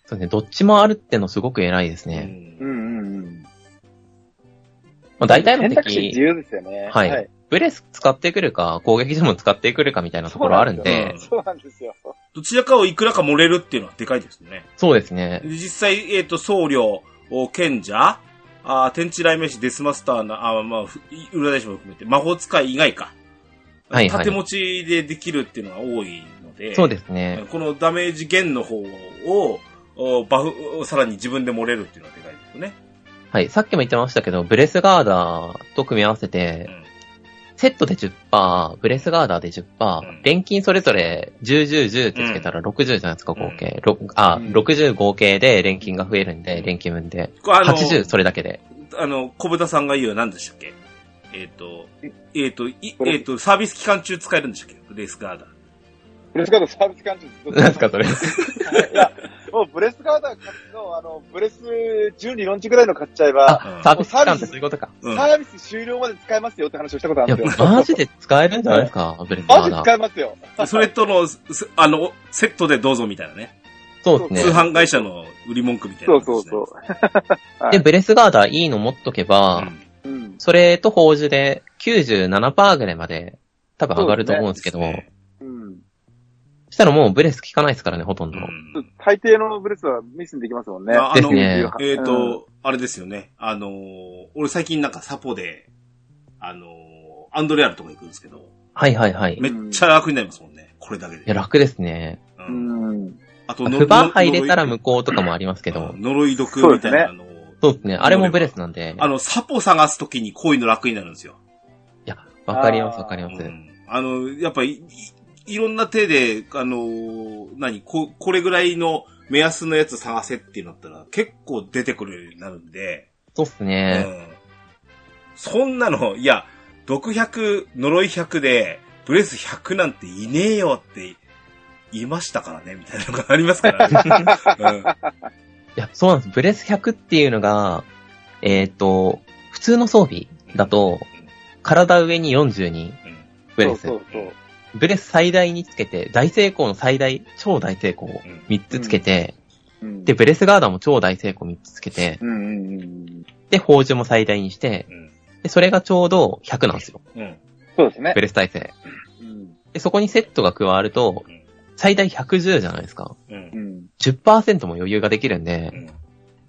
そうですね。どっちもあるってのすごく偉いですね。ううんんうんうん。まあ、大体の選択肢自敵、由ですよね。はいブレス使ってくるか、攻撃呪文使ってくるかみたいなところあるんで、そうなんですよ。どちらかをいくらか盛れるっていうのはでかいですね。そうですねで。実際、えっ、と、僧侶、お賢者、あー天地雷鳴士、デスマスターな、あーまあ、ふい裏大師も含めて、魔法使い以外か。はいはい縦持ちでできるっていうのが多いので、そうですね。このダメージ減の方を、おバフ、おさらに自分で盛れるっていうのはでかいですよね。はい。さっきも言ってましたけど、ブレスガーダーと組み合わせうて、ん。セットで10%、ブレスガーダーでうん10%、錬金それぞれ10、10、10ってつけたら60じゃないですか、合計。ろあ、うん60合計で錬金が増えるんで、錬金分で。これあの80それだけで。 あの、小豚さんが言うのは何でしたっけえっ、と、えっ、と、いこれえっ、と、サービス期間中使えるんでしたっけブレスガーダー。ブレスガードサービス感じなんすか、 それ。いや、もうブレスガーダーの、あの、ブレス12、ロンチぐらいの買っちゃえあ、ば、サービス期間ってそういうことか。うん。サービス終了まで使えますよって話をしたことあいるやんです、よ。マジで使えるんじゃないですか、ブレスガマージでダ使ー。えますよ。それとの、すあの、セットでどうぞみたいなね。そうです通ね。販会社の売り文句みたいな、そうそうそう。。はいで、ブレスガーダーいいの持っとけうば、ん。うん。それと宝珠で97%ぐらいまで多分上がると思うんですけど、うん。そしたらもうブレス効かないですからね、ほとんうど。ん。大抵のブレスはミスにできますもんね。ああでの、すね。えっ、と、あれですよね。あのー俺最近なんかサポで、あのーアンドレアルとか行くんですけど、はいはいはい。いめっちゃ楽になりますもんね。これだけで。や、楽ですね。う。うんん。あと、不バ入れたら向こうとかもありますけどうん、呪い毒みたいなのを、そうですね。あれもブレスなんで。あの、サポ探すときにこういうの楽になるんですよ。いや、わかりますわかりうます。ん。あの、やっぱり、いいろんな手で、あのー、何、こ、これぐらいの目安のやつ探せってなったら、結構出てくるようになるんで、そうっすうね。ん。そんなの、いや、毒100、呪い100で、ブレス100なんていねえよって、言いましたからね、みたいなのがありますか らね。いや、そうなんです。ブレス100っていうのが、えっ、と、普通の装備だと、体上に40にうん。うんブレス。そうそうブレス最大につけて、大成功の最大、超大成功をうん3つつけて、そう。うんで、、ブレスガーダーも超大成功3つつけて、うんうんうん。で、宝珠も最大にして、うん。で、それがちょうど100なんですよ。うん。そうですねブ。レス耐性。うん。で、そこにセットが加わるとうん、最大110じゃないですか。うんう。ん。 10%も余裕ができるんでう、ん。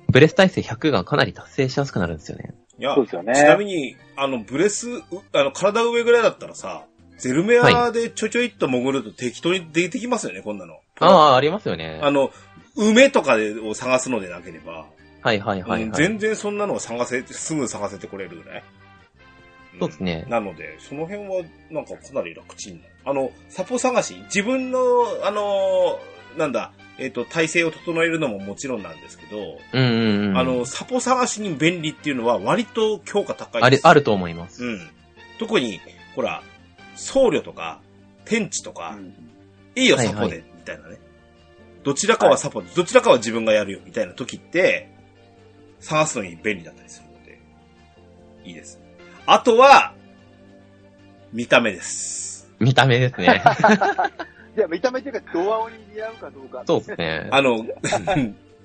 ブレス耐性100がかなり達成しやすくなるんですよね。いやそう、ですよね。ちなみに、あの、ブレス、うあの、体上ぐらいだったらさ、ゼルメアでちょちょいっと潜ると適当に出てきますよね、こんなの。ああ、ありますよね。あの、梅とかでを探すのでなければ、はいはいはいうんはい。全然そんなのを探せ、すぐ探せてこれるぐらい。んそうですねなので、その辺は、なんかかなり楽ちんなる。あの、サポ探し、自分の、あのー、なんだ、えっ、と、体勢を整えるのももちろんなんですけど、うんうんうん。あの、サポ探しに便利っていうのは割と強化高いあれ、ですあると思います。うん。特に、ほら、僧侶とか、天地とかう、んいいよ、はいサはいポで、みたいなね。どちらかはサポで、どちらかは自分がやるよ、みたいな時って、探すのに便利だったりするので、いいです。あとは、見た目です。見た目です ね。いや、見た目というか、ドアオに似合うかどうか。そうですね。あ の、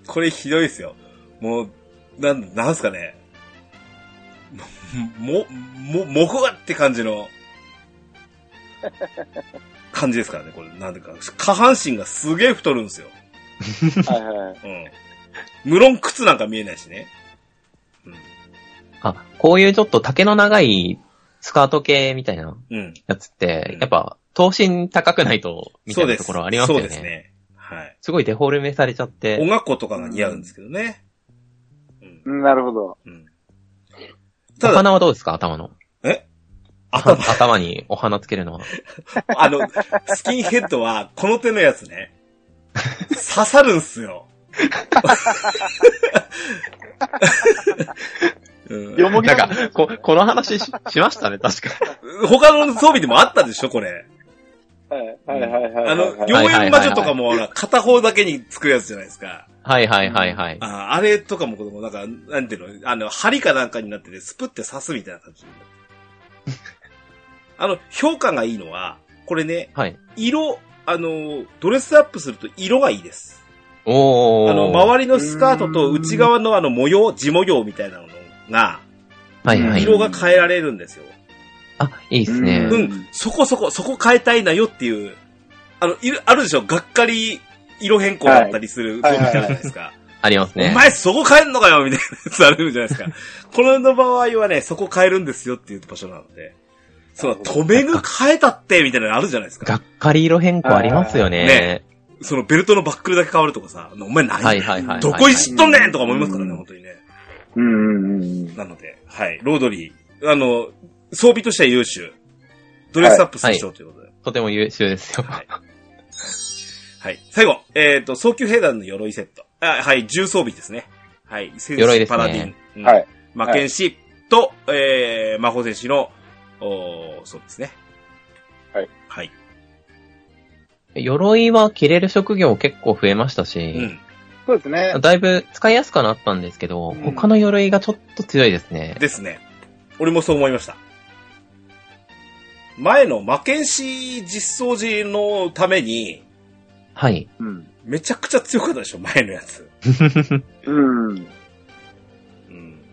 これひどいですよ。もう、なん、なんすかね。も、も、もくわって感 じの、感じですからね、これ。なんでか。下半身がすげえ太るんですよ。はいはい。うん。無論靴なんか見えないしね。あ、こういうちょっと丈の長いスカート系みたいなうん。うん。やつってうん、やっぱ、頭身高くないと、みたそういなです。ところありますよね。そうですね。はい。すごいデフォルメされちゃってお。がっことかが似合うんですけどね。うん。うんなるほど。うん。おただ、花はどうですか頭 の。頭、頭にお花つけるのは。あの、スキンヘッドは、この手のやつね、刺さるんすよ。うよもぎなんだか、こ、この話ししましたね、確か。ん、他の装備でもあったでしょ、これ。はいはいはいはい。あの、はいよ妖艶魔女とかも、ほら片方だけにつくやつじゃないですか。はいはいはいはい。ああれとかも、このなんか、なんていうの、あの、針かなんかになってて、スプって刺すみたいな 感じ。あの、評価がいいのは、これね、はい。色、あの、ドレスアップすると色がいいです。おー。あの、周りのスカートと内側のあの模様、地模様みたいなのが、はいはい。色が変えられるんですよ。あ、いいですね。ううんん、そこそこ、そこ変えたいなよっていう、あの、いる、あるでしょ、がっかり色変更だったりするみはたいいじゃないですか。ありますねお。前そこ変えんのかよみたいなやつあるじゃないですか。このの場合はね、そこ変えるんですよっていう場所なので。その、留め具変えたって、みたいなのあるじゃないですがか。っかり色変更ありますよあーねね。そのベルトのバックルだけ変わるとかさ、お前何、はいはいはいはい。どこいじっとんねんとか思いますからね、うん本当にね。うんうんうん。なので、はい、ロードリー、あの、装備としては優秀。ドレスアップ推奨ということで。はい。とても優秀ですよ。 最後、えっ、と、早級兵団の鎧セット。あはい、重装備ですね。はい、戦鎧ですねパラディン。うんはい。魔剣士と、えー、魔法戦士の、おーそうですね。はい。はい。鎧は着れる職業結構増えましたうし、ん。そうですね。だいぶ使いやすくなったんですけど、うん他の鎧がちょっと強いですね。ですね。俺もそう思いました。前の魔剣士実装時のために、はい。うん。めちゃくちゃ強かったでしょ、前のやつ。うん。うん。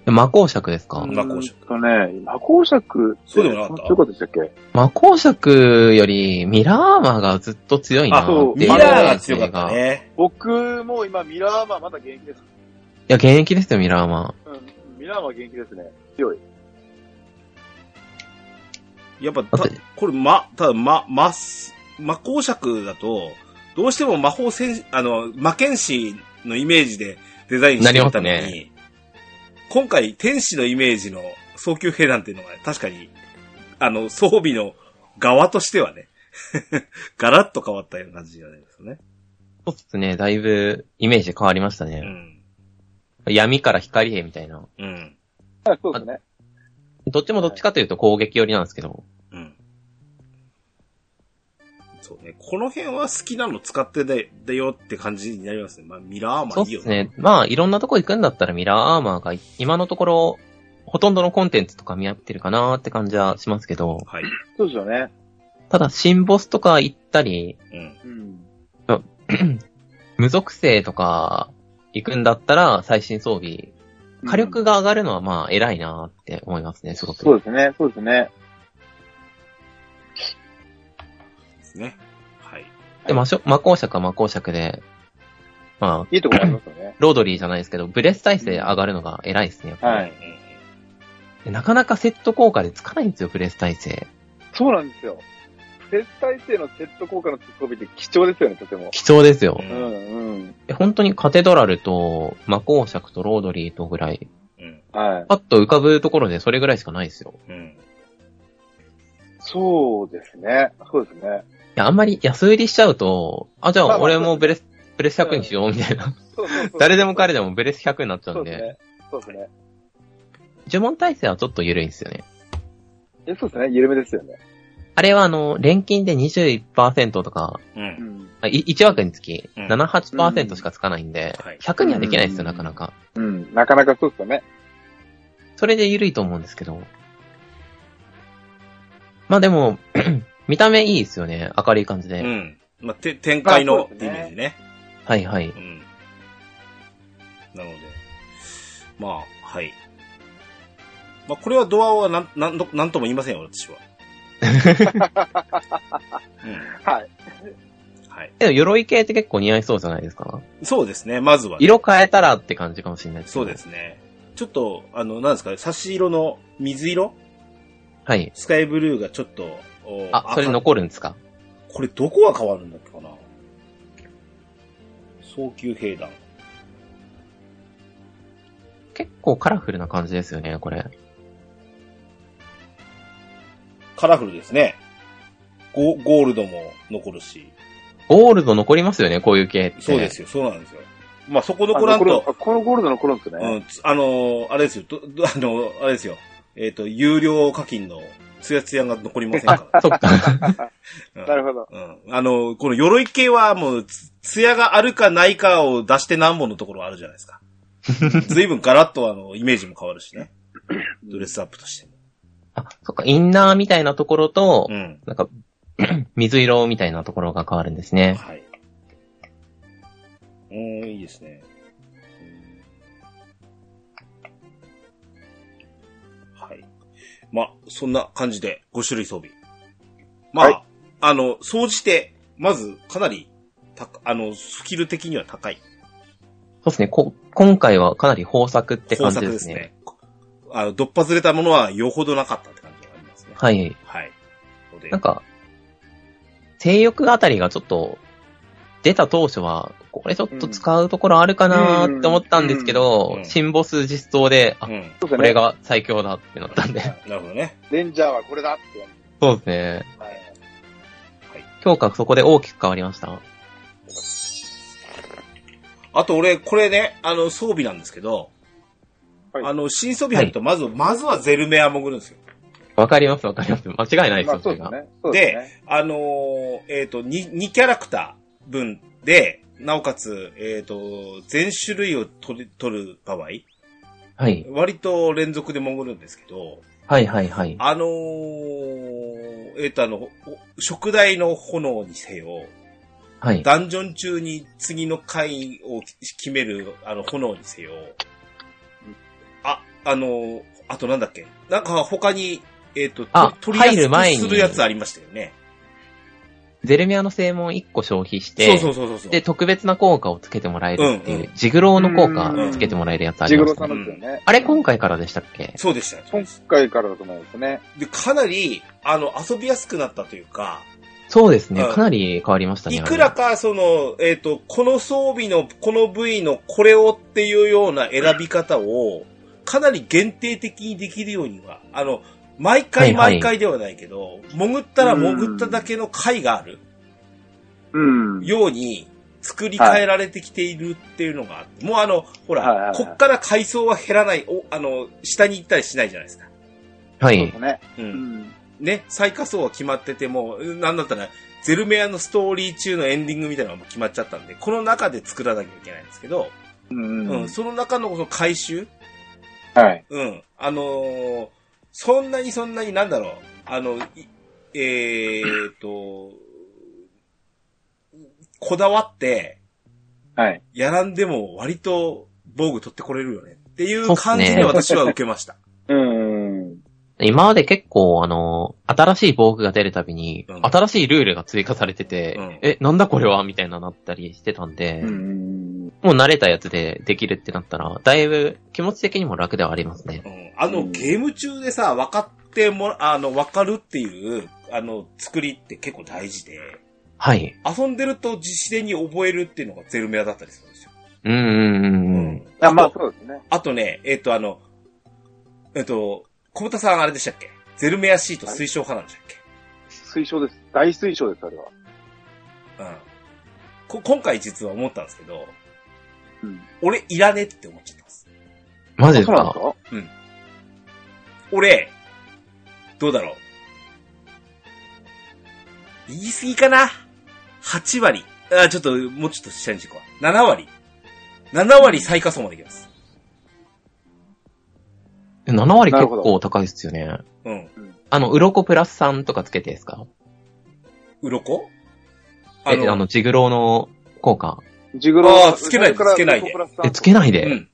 魔工爵ですか、うん魔公爵うんとね、魔公爵。そうでもなかったそういうことでしたっけ魔工爵よりミラーアーマーがずっと強いなあ、っていうそそうう、イメミーラジーがが強かったね。僕も今、ミラーマンまだ現役です。いや、現役ですよ、ミラーアーマうん。ミラーマン現役ですね。強い。やっぱ、だたってこれ、ま、ただ、ま、ま、魔公爵だと、どうしても魔法戦士、あの、魔剣士のイメージでデザインしてたのなに、ります今回、天使のイメージの早級兵団っていうのが、確かに、あの、装備の側としてはね、 ガラッと変わったような感じじゃないですかね。そうですね、だいぶイメージ変わりましたうね。ん。闇から光へみたいな。うん。あそうですね。どっちもどっちかというと攻撃寄りなんですけど。うん。そうね。この辺は好きなの使ってで、だよって感じになりますね。まあ、ミラーそマうンいいでよす。ね。まあ、いろんなとこ行くんだったらミラーアーマーが今のところ、ほとんどのコンテンツとか見合ってるかなーって感じはしますけど、はい。そうですよね。ただ新ボスとか行ったり、うん。うん。無属性とか行くんだったら最新装備、火力が上がるのはまあ偉いなーって思いますね、すごく。そうですね、そうですね。ですね。はい。で、魔将魔公爵は魔公爵で、まあ、いいところありますよね。ロードリーじゃないですけど、ブレス耐性上がるのが偉いですね、やっぱりはいうんうんうんでなかなかセット効果でつかないんですよ、ブレス耐性。 そうなんですよ。プレス体制のセット効果のツッコミって貴重ですよね、とても。貴重ですよ。う、うんうん。で本当にカテドラルと、魔公爵とロードリーとぐらい、うん。はい。パッと浮かぶところでそれぐらいしかないですよ。いうん。そうですね。そうですね。や、あんまり安売りしちゃうと、あ、じゃまああまあ俺もブレス、ブレス100にしようみたい な。そうそうそう誰でも彼でもブレス100になっちゃうそんうですで、ね。そうですね。呪文耐性はちょっと緩いんですよね。え、そうですね。緩めですよね。あれはあの、錬金で21%とか、う。うんん。あい1枠につきうん7、8%しかつかないんではい、 100にはできないですよ、うんなかなか。うん。なかなかそうですよね。それで緩いと思うんですけど。まあでも、 見た目いいですよね。明るい感じで。うん。まあ、て、展開あのそうイですメねージね。はいはい。うん。なので。まあ、はい。まあ、これはドアはなん、なんと、なんとも言いませんよ、私は。うはい。ん。はい。でも鎧系って結構似合いそうじゃないですか。そうですね、まずは、ね。色変えたらって感じかもしれないですけそどうですね。ちょっと、あの、なんですかね、差し色の水色はい。スカイブルーがちょっと、おあ、それ赤残るんですかこれどこが変わるんだっけかな早急兵団。結構カラフルな感じですよね、これ。カラフルですね。ゴゴールドも残るし。ゴールド残りますよね、こういう系って。そうですよ、そうなんですよ。まあそこ残らんあのと、このこのゴールドの頃ですうね。ん、つあのーあれですよ、ど どあのーあれですよ、えっ、と、有料課金のツヤツヤが残りませんから。そっ か。うんなるほど。うん。あのーこの鎧系はもう、つツヤがあるかないかを出してなんぼのところあるじゃないですか。随分ガラッとあの、イメージも変わるしね。ドレスアップとしても。あ、そっか。インナーみたいなところとう、ん。なんか、 水色みたいなところが変わるんですね。はい。うーん、いいですね。うんはい。まあ、そんな感じで5種類装備。まあ、はいあの、総じて、まずかなり、たあの、スキル的には高い。そうですね。こ今回はかなり豊作って感じ豊で作すね。。あの、どっぱずれたものはよほどなかったって感じがありますね。い。はい。はい。のでなんか、性欲あたりがちょっと、出た当初は、これちょっと使うところあるかなーって思ったんですけど、うんうん新ボス実装で、あ、うこん。そうですね。れが最強だってなったんで。なるほどね。レンジャーはこれだってや そうですね。つ。はい。強化そこで大きく変わりました。あと俺、これね、あの、装備なんですけど、はいあの、新装備入ると、まず、まずはゼルメア潜るんですよ。わかりますわかります。間違いないですまよ、あそうそれですが。ね。そうですね。あのーえっ、と、2、2キャラクター分で、なおかつ、えっ、と、全種類を取り、取る場合、はい。割と連続で潜るんですけど、はいはいはい。あのーえっ、と、あの、お食台の炎にせよ、はい。ダンジョン中に次の回を決める、あの、炎にせよ。あ、あの、あとなんだっけなんか他に、えっ、と、あと取りやす入る前くにするやつありましたよね。ゼルメアの正門1個消費して、そうそうそうそう。で、特別な効果をつけてもらえるっていう、うんうジグローの効果つけてもらえるやつあジりグまロしたさね。んですよね。あれ今回からでしたっけそうでしたよ。今回からだと思うんですね。で、かなり、あの、遊びやすくなったというか、そうですね。うんかなり変わりましたね。いあれくらか、その、えっ、と、この装備の、この部位のこれをっていうような選び方を、かなり限定的にできるようには、あの、毎回はいはい毎回ではないけど、潜ったら潜っただけの回があるうん。ように作り変えられてきているっていうのがあって、もうあの、ほら、はいはいはいこっから階層は減らない、お、あの、下に行ったりしないじゃないですか。はそうでいす。ね。う。うんん。ね、最下層は決まってても、なんだったら、ゼルメアのストーリー中のエンディングみたいなのがもう決まっちゃったんで、この中で作らなきゃいけないんですけど、うん。うん、その中のこの回収、はい。うん、あのーそんなにそんなになんだろう、あの、いえーっと、こだわって、はい。やらんでも割と防具取ってこれるよねっていそううっすね感じで私は受けました。うん。今まで結構、あの、新しい防具が出るたびに、うん新しいルールが追加されてて、うんえ、なんだこれはみたいななったりしてたんで、うん。もう慣れたやつでできるってなったら、だいぶ気持ち的にも楽ではありますね。うんあの、うんゲーム中でさ、分かってもら、あの、分かるっていう、あの、作りって結構大事で、はい。遊んでると自然に覚えるっていうのがゼルメアだったりするんですよ。うんうんうんうん。あ、まあとそうですね。あとね、えっ、と、あの、えっ、と、小豚さんあれでしたっけゼルメアシート推奨派なんでしたっ推奨です。大推奨です、あれは。けうん。こ、今回実は思ったんですけど、うん。俺いらねって思っちゃったんです。マジあですそうなんでかすか俺、どうだろう。言い過ぎかな ?8 割。あ、ちょっと、もうちょっと下にしていこう。7割。7割最下層まで行きます。え ?7 割な結るほど構高いですよね。うん。あの、鱗プラス3とかつけてですか鱗え、あの、ジグローの効果。ジグロあーつけないでつけないでえ、つけないうんで。。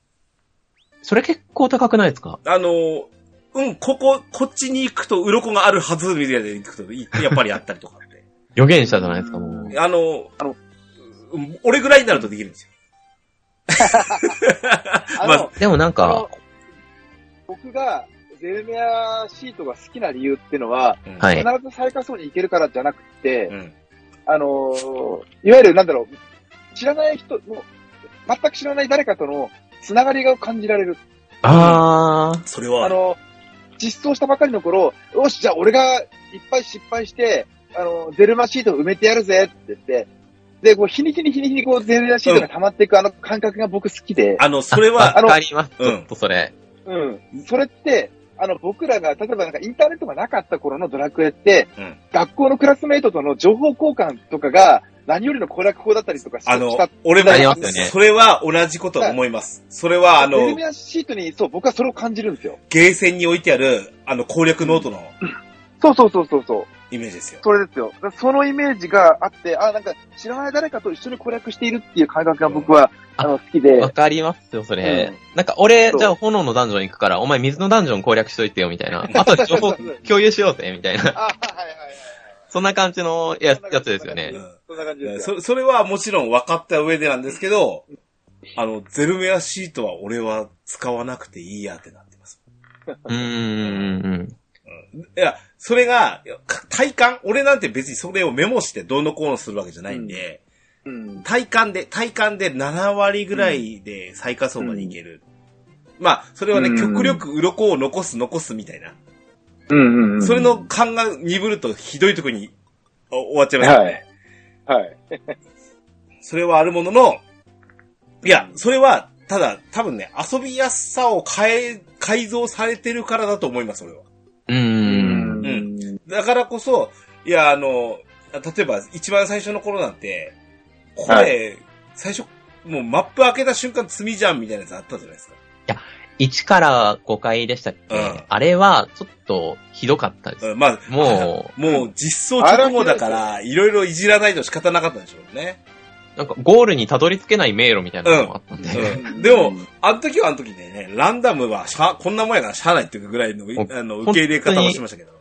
それ結構高くないですかあのー、うん、ここ、こっちに行くと鱗があるはず、みたいなのに行くと、いやっぱりあったりとかって。 予言者じゃないですか、もう。あのー、あのうん俺ぐらいになるとできるんですよ。あまのあ、でもなんあかの、僕がゼルメアシートが好きな理由っていうのは、うんは必い。ず最下層に行けるからじゃなくて、うん。あのーいわゆるなんだろう、知らない人の、全く知らない誰かとのつながりが感じられる。あー、それあは、の、実装したばかりの頃、よし、じゃあ俺がいっぱい失敗して、あの、ゼルマシートを埋めてやるぜって言って、で、こう、日に日に日に日にこう、ゼルマシートが溜まっていくあの感覚が僕好きで、あの、それは、ああのわかります。ちうんょっとそれ。うん。それって、あの、僕らが、例えばなんかインターネットがなかった頃のドラクエって、うん学校のクラスメイトとの情報交換とかが、何よりの攻略法だったりとかしあのした、俺もありますよねそれは同じこと思います。それは、あゼルのメ、アシートに、そう、僕はそれを感じるんですよ。ゲーセンに置いてある、あの、攻略ノートのそうそうそうそうそう。イメージですよ。それですよ。だからそのイメージがあって、あ、なんか知らない誰かと一緒に攻略しているっていう感覚が僕は、うん あの、好きでわ。かりますよ、それ。うんなんか、俺、そうじゃあ炎のダンジョン行くから、お前水のダンジョン攻略しといてよ、みたいな。あとで情報共有しようぜ、みたいな。あ、はいはいはい。そんな感じのやそんな感じやつですよねう。んんそんな感じですよ。そそれはもちろん分かった上でなんですけど、あの、ゼルメアシートは俺は使わなくていいやってなってます。うーん。いや、それが、いやか体感俺なんて別にそれをメモしてどうのこうのするわけじゃないんで、うん。体感で、体感で7割ぐらいで最下層までいける。まあ、それはね、うん極力鱗を残す残すみたいな。うんうんうん。それの勘が鈍るとひどいとこにお終わっちゃいますよね。はい。はい。それはあるものの、いや、それは、ただ、多分ね、遊びやすさを変え、改造されてるからだと思います、俺は。うーん。んだからこそ、いや、あの、例えば、一番最初の頃なんて、これ、は最初、もうマップ開けた瞬間積みじゃんみたいなやつあったじゃないですか。 1から5回でしたっけ、うんあれは、ちょっと、ひどかったです。うん、まあ、もう、 もう実装直後だから、いろいろいじらないと仕方なかったんでしょうね。なんか、ゴールにたどり着けない迷路みたいなのもあったんで、 うんでも、あの時はあの時でね、ランダムはしゃ、こんなもんやからしゃあないっていうぐらいの、あの、受け入れ方をしましたけど。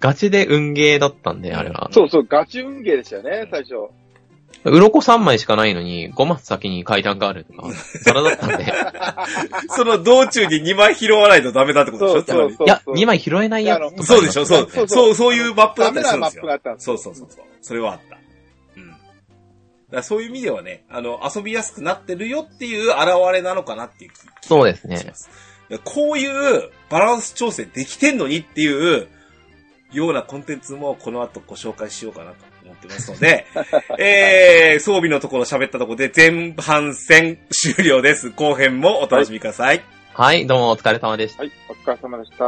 ガチで運ゲーだったんで、あれは。そうそう、ガチ運ゲーでしたよね、最初。鱗3枚しかないのに、5マス先に階段があるとか、ザラだった んで。その道中に2枚拾わないとダメだってことでしょつまりいや、2枚拾えないやつとかそうでしょそう、そうそそうう、そういうマップだダったメりすなるんでマすッよプ。があったんですそうそうそうそう。それはあった。うん。だからそういう意味ではね、あの、遊びやすくなってるよっていう現れなのかなっていう気そうですがしねま。す。だからこういうバランス調整できてんのにっていうようなコンテンツもこの後ご紹介しようかなと思ってますので、 えー、装備のところ喋ったところで前半戦終了です。後編もお楽しみくださいはい、どうもお疲れ様でした。はい、お疲れ様でした。